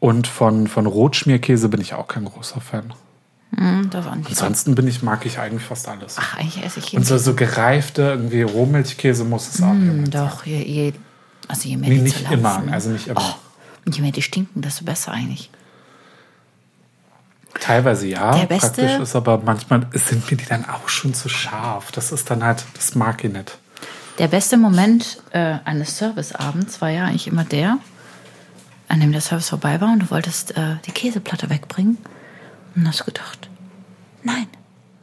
Speaker 3: Und von, von Rotschmierkäse bin ich auch kein großer Fan.
Speaker 2: Hm, das auch nicht.
Speaker 3: Ansonsten bin ich, mag ich eigentlich fast alles.
Speaker 2: Ach, eigentlich esse ich
Speaker 3: Und
Speaker 2: jeden.
Speaker 3: so, so gereifte, irgendwie Rohmilchkäse muss es auch
Speaker 2: Hm,
Speaker 3: geben.
Speaker 2: Doch, je, je, also je mehr
Speaker 3: Nee,
Speaker 2: die
Speaker 3: nicht
Speaker 2: zerlaufen,
Speaker 3: immer.
Speaker 2: ne?
Speaker 3: Also nicht immer.
Speaker 2: Und je mehr die stinken, desto besser eigentlich.
Speaker 3: Teilweise ja.
Speaker 2: Der beste-
Speaker 3: Praktisch ist aber manchmal sind mir die dann auch schon zu scharf. Das ist dann halt, das mag ich nicht.
Speaker 2: Der beste Moment äh, eines Serviceabends war ja eigentlich immer der, an dem der Service vorbei war und du wolltest äh, die Käseplatte wegbringen und hast gedacht, nein,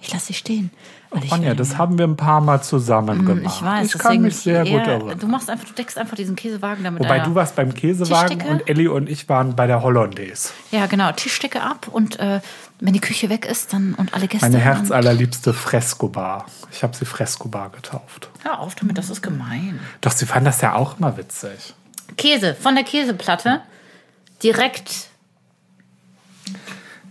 Speaker 2: ich lasse sie stehen. weil ich
Speaker 3: Ronja,
Speaker 2: will
Speaker 3: das haben wir ein paar Mal zusammen gemacht.
Speaker 2: Mm, Ich weiß,
Speaker 3: ich kann
Speaker 2: deswegen
Speaker 3: mich sehr
Speaker 2: eher,
Speaker 3: gut erinnern.
Speaker 2: Du machst einfach, du deckst einfach diesen Käsewagen damit.
Speaker 3: Wobei du warst beim Käsewagen
Speaker 2: Tischdecke?
Speaker 3: und Ellie und ich waren bei der Hollandaise.
Speaker 2: Ja, genau. Tischdecke ab und äh, wenn die Küche weg ist, dann und alle Gäste.
Speaker 3: Meine
Speaker 2: dann,
Speaker 3: herzallerliebste Fresco-Bar. Ich habe sie Fresco-Bar getauft.
Speaker 2: Hör auf damit, das ist gemein.
Speaker 3: Doch, sie fanden das ja auch immer witzig.
Speaker 2: Käse von der Käseplatte direkt.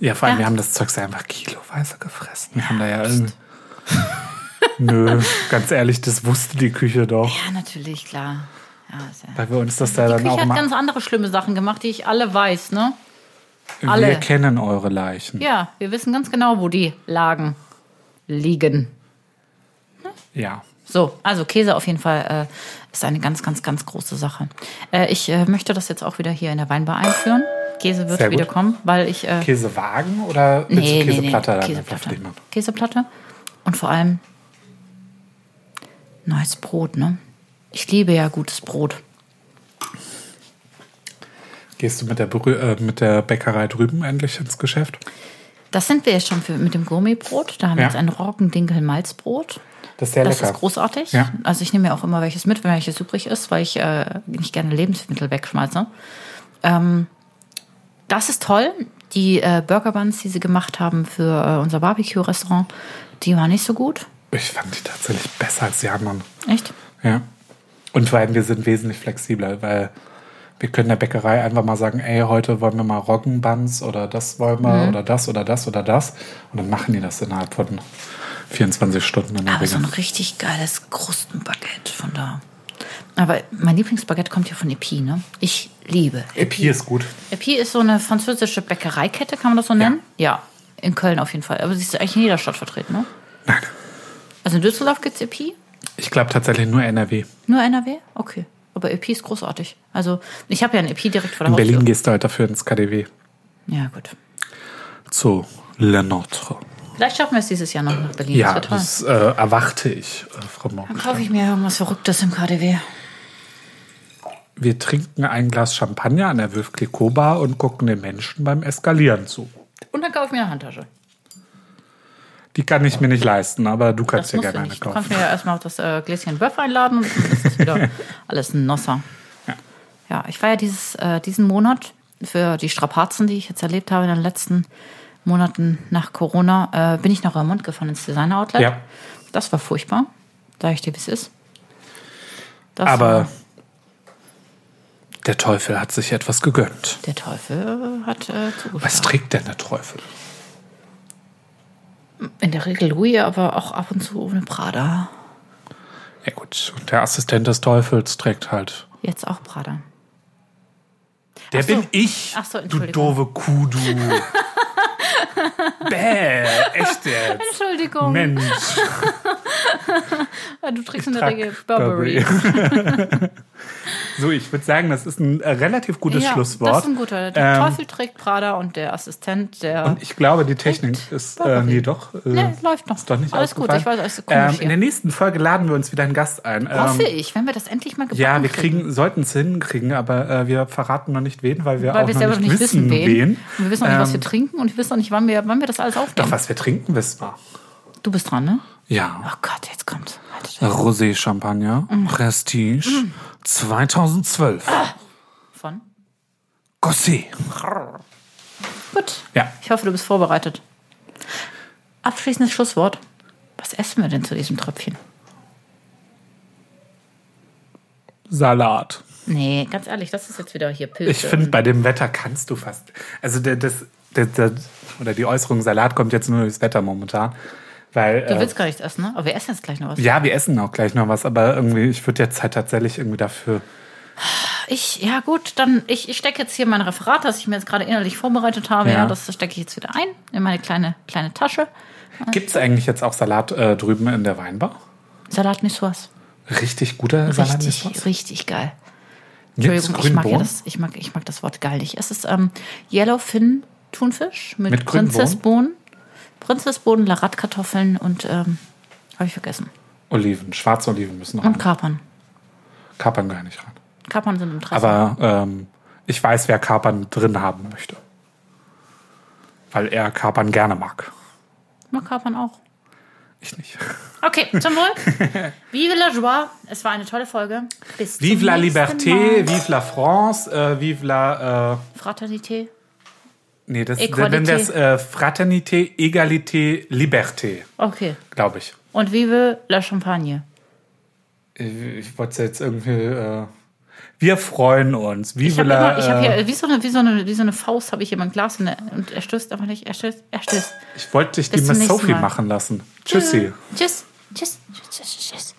Speaker 3: Ja, vor allem,
Speaker 2: Ja.
Speaker 3: wir haben das Zeugs ja einfach kiloweise gefressen. Wir haben da ja irgendwie... Nö, ganz ehrlich, das wusste die Küche doch.
Speaker 2: Ja, natürlich, klar. Ja, ist ja.
Speaker 3: Weil wir uns das da dann
Speaker 2: Küche
Speaker 3: auch
Speaker 2: hat halt ganz
Speaker 3: mal...
Speaker 2: andere schlimme Sachen gemacht, die ich alle weiß, ne?
Speaker 3: Wir
Speaker 2: alle.
Speaker 3: kennen eure Leichen.
Speaker 2: Ja, wir wissen ganz genau, wo die lagen. Liegen.
Speaker 3: Ja.
Speaker 2: So, also Käse auf jeden Fall äh, ist eine ganz, ganz, ganz große Sache. Äh, ich äh, möchte das jetzt auch wieder hier in der Weinbar einführen. Käse wird
Speaker 3: Sehr gut.
Speaker 2: wieder kommen, weil ich. Äh,
Speaker 3: Käsewagen oder willst du Käseplatte dann
Speaker 2: Käseplatte.
Speaker 3: einfach nehmen?
Speaker 2: Käseplatte. Und vor allem neues Brot, ne? Ich liebe ja gutes Brot.
Speaker 3: Gehst du mit der, Brü äh, mit der Bäckerei drüben endlich ins Geschäft?
Speaker 2: Das sind wir jetzt schon für, mit dem Gourmetbrot. Da haben wir
Speaker 3: Ja.
Speaker 2: jetzt ein Roggendinkel-Malzbrot.
Speaker 3: Das ist sehr
Speaker 2: Das
Speaker 3: lecker.
Speaker 2: ist großartig.
Speaker 3: Ja.
Speaker 2: Also ich nehme ja auch immer welches mit, wenn welches übrig ist, weil ich äh, nicht gerne Lebensmittel wegschmeiße. Ähm, das ist toll. Die äh, Burger Buns, die sie gemacht haben für äh, unser Barbecue-Restaurant, die waren nicht so gut.
Speaker 3: Ich fand die tatsächlich besser als die anderen.
Speaker 2: Echt?
Speaker 3: Ja. Und vor allem, wir sind wesentlich flexibler, weil wir können der Bäckerei einfach mal sagen, ey, heute wollen wir mal Roggenbuns oder das wollen wir
Speaker 2: Mhm.
Speaker 3: oder das oder das oder das. Und dann machen die das innerhalb von 24 Stunden in der
Speaker 2: Aber so ein
Speaker 3: Regel.
Speaker 2: richtig geiles Krustenbaguette von da. Aber mein Lieblingsbaguette kommt ja von Epi, ne? Ich liebe. E
Speaker 3: Epi ist gut.
Speaker 2: Epi ist so eine französische Bäckereikette, kann man das so nennen? Ja. In Köln auf jeden Fall. Aber sie ist eigentlich in jeder Stadt vertreten, ne?
Speaker 3: Nein.
Speaker 2: Also in Düsseldorf gibt's Epi?
Speaker 3: Ich glaube tatsächlich nur NRW.
Speaker 2: Nur NRW? Okay. Aber EP ist großartig. Also, ich habe ja ein EP direkt vor der
Speaker 3: In Berlin
Speaker 2: Haustür.
Speaker 3: gehst du heute dafür ins KDW.
Speaker 2: Ja, gut.
Speaker 3: Zu Le Notre.
Speaker 2: Vielleicht schaffen wir es dieses Jahr noch nach Berlin.
Speaker 3: Ja,
Speaker 2: das wird toll.
Speaker 3: das äh, erwarte ich, äh, Frau Morgen.
Speaker 2: Dann kaufe ich mir irgendwas Verrücktes im KDW.
Speaker 3: Wir trinken ein Glas Champagner an der Wölf Bar und gucken den Menschen beim Eskalieren zu.
Speaker 2: Und dann kaufe ich mir eine Handtasche.
Speaker 3: Die kann ich mir nicht leisten, aber du kannst
Speaker 2: Das
Speaker 3: dir
Speaker 2: musst
Speaker 3: gerne
Speaker 2: du
Speaker 3: eine
Speaker 2: nicht. Du kannst
Speaker 3: kaufen.
Speaker 2: mir ja erstmal auf das äh, Gläschen Böff einladen und dann ist das wieder alles ein Nosser. Ja, ich war ja dieses, äh, diesen Monat für die Strapazen, die ich jetzt erlebt habe in den letzten Monaten nach Corona, äh, bin ich nach Vermont gefahren ins Designer Outlet.
Speaker 3: Ja.
Speaker 2: Das war furchtbar, sag ich dir, wie es ist. Das
Speaker 3: Aber
Speaker 2: war-
Speaker 3: der Teufel hat sich etwas gegönnt.
Speaker 2: der Teufel äh, hat äh,
Speaker 3: Was
Speaker 2: zugeschlagen.
Speaker 3: trägt denn der Teufel?
Speaker 2: In der Regel Louis, aber auch ab und zu ohne Prada.
Speaker 3: Ja gut, und der Assistent des Teufels trägt halt.
Speaker 2: Jetzt auch Prada.
Speaker 3: Der
Speaker 2: Ach so.
Speaker 3: bin ich,
Speaker 2: Ach so,
Speaker 3: du
Speaker 2: Entschuldigung.
Speaker 3: doofe Kuh, du. Bäh, echt jetzt.
Speaker 2: Entschuldigung,
Speaker 3: Mensch.
Speaker 2: du trägst in der
Speaker 3: Track
Speaker 2: Regel Burberry.
Speaker 3: so, ich würde sagen, das ist ein äh, relativ gutes
Speaker 2: Ja,
Speaker 3: Schlusswort.
Speaker 2: Das ist ein guter. Der
Speaker 3: Ähm,
Speaker 2: Teufel trägt Prada und der Assistent, der.
Speaker 3: Und ich glaube, die Technik ist. Äh,
Speaker 2: Burberry.
Speaker 3: nee, doch. Äh,
Speaker 2: Nee, läuft noch.
Speaker 3: Ist doch nicht
Speaker 2: Alles gut,
Speaker 3: ausgefallen.
Speaker 2: ich weiß, alles so komisch
Speaker 3: ähm,
Speaker 2: hier.
Speaker 3: In der nächsten Folge laden wir uns wieder einen Gast ein.
Speaker 2: Hoffe
Speaker 3: Ähm,
Speaker 2: ich, wenn wir das endlich mal gebacken
Speaker 3: ja, wir kriegen, sollten es hinkriegen, aber äh, wir verraten noch nicht wen, weil wir
Speaker 2: Weil
Speaker 3: auch
Speaker 2: wir
Speaker 3: noch
Speaker 2: selber
Speaker 3: nicht wissen, wen.
Speaker 2: Und wir wissen auch nicht, was wir
Speaker 3: Ähm,
Speaker 2: trinken und wir wissen auch nicht, wann wir, wann wir das alles aufnehmen.
Speaker 3: Doch, was wir trinken, wissen wir.
Speaker 2: Du bist dran, ne?
Speaker 3: Ja.
Speaker 2: Oh Gott, jetzt kommt. Haltet euch
Speaker 3: Rosé Champagner,
Speaker 2: Mm.
Speaker 3: Prestige, 2012.
Speaker 2: Ah. Von.
Speaker 3: Gosset.
Speaker 2: Gut.
Speaker 3: Ja.
Speaker 2: Ich hoffe, du bist vorbereitet. Abschließendes Schlusswort. Was essen wir denn zu diesem Tröpfchen?
Speaker 3: Salat.
Speaker 2: Nee, ganz ehrlich, das ist jetzt wieder hier Pilze.
Speaker 3: Ich finde, bei dem Wetter kannst du fast. Also der, das, der, der, oder die Äußerung Salat kommt jetzt nur durchs Wetter momentan. Weil,
Speaker 2: Du
Speaker 3: äh,
Speaker 2: willst gar nichts essen, ne? Aber wir essen jetzt gleich noch was.
Speaker 3: ja, wir essen auch gleich noch was, aber irgendwie, ich würde jetzt halt tatsächlich irgendwie dafür.
Speaker 2: Ich, ja gut, dann, ich, ich stecke jetzt hier mein Referat, das ich mir jetzt gerade innerlich vorbereitet habe, ja.
Speaker 3: Ja.
Speaker 2: das stecke ich jetzt wieder ein in meine kleine, kleine Tasche. Ah.
Speaker 3: Gibt es eigentlich jetzt auch Salat äh, drüben in der Weinbar?
Speaker 2: Salat Niçoise.
Speaker 3: Richtig guter Salat
Speaker 2: Richtig,
Speaker 3: ist das?
Speaker 2: richtig geil. Entschuldigung, ich
Speaker 3: Gibt's
Speaker 2: mag, ja
Speaker 3: Grünbohnen?
Speaker 2: das, ich, mag, ich mag das Wort geil nicht. Es ist ähm, Yellowfin Thunfisch mit,
Speaker 3: Mit grünen
Speaker 2: Prinzessbohnen, Prinzessbohnen, Laratkartoffeln und, ähm, habe ich vergessen,
Speaker 3: Oliven, schwarze Oliven müssen rein.
Speaker 2: und Kapern.
Speaker 3: Kapern gar nicht rein.
Speaker 2: Kapern sind im Dressing.
Speaker 3: Aber ähm, ich weiß, wer Kapern drin haben möchte. Weil er Kapern gerne mag.
Speaker 2: Ich mag Kapern auch.
Speaker 3: Ich nicht.
Speaker 2: Okay, zum Wohl. Vive la joie. Es war eine tolle Folge. Bis zum
Speaker 3: Vive la
Speaker 2: nächsten
Speaker 3: Liberté,
Speaker 2: Mal.
Speaker 3: vive la France, äh, vive la. Äh,
Speaker 2: Fraternité.
Speaker 3: nee, das,
Speaker 2: Equalité.
Speaker 3: wenn das äh, Fraternité, Egalité, Liberté,
Speaker 2: Okay.
Speaker 3: glaube ich.
Speaker 2: Und vive la Champagne.
Speaker 3: Ich, ich wollte es jetzt irgendwie. Äh, wir freuen uns. Vive
Speaker 2: Ich habe
Speaker 3: la.
Speaker 2: immer, ich habe
Speaker 3: äh,
Speaker 2: hier, wie so eine, wie so eine, wie so eine Faust habe ich hier mein Glas in der, und er stößt einfach nicht, er stößt, er stößt.
Speaker 3: ich wollte dich die
Speaker 2: Bis zum
Speaker 3: Miss
Speaker 2: nächsten
Speaker 3: Sophie
Speaker 2: Mal.
Speaker 3: machen lassen. Tschüssi.
Speaker 2: Tschüss. Tschüss, tschüss, tschüss, tschüss.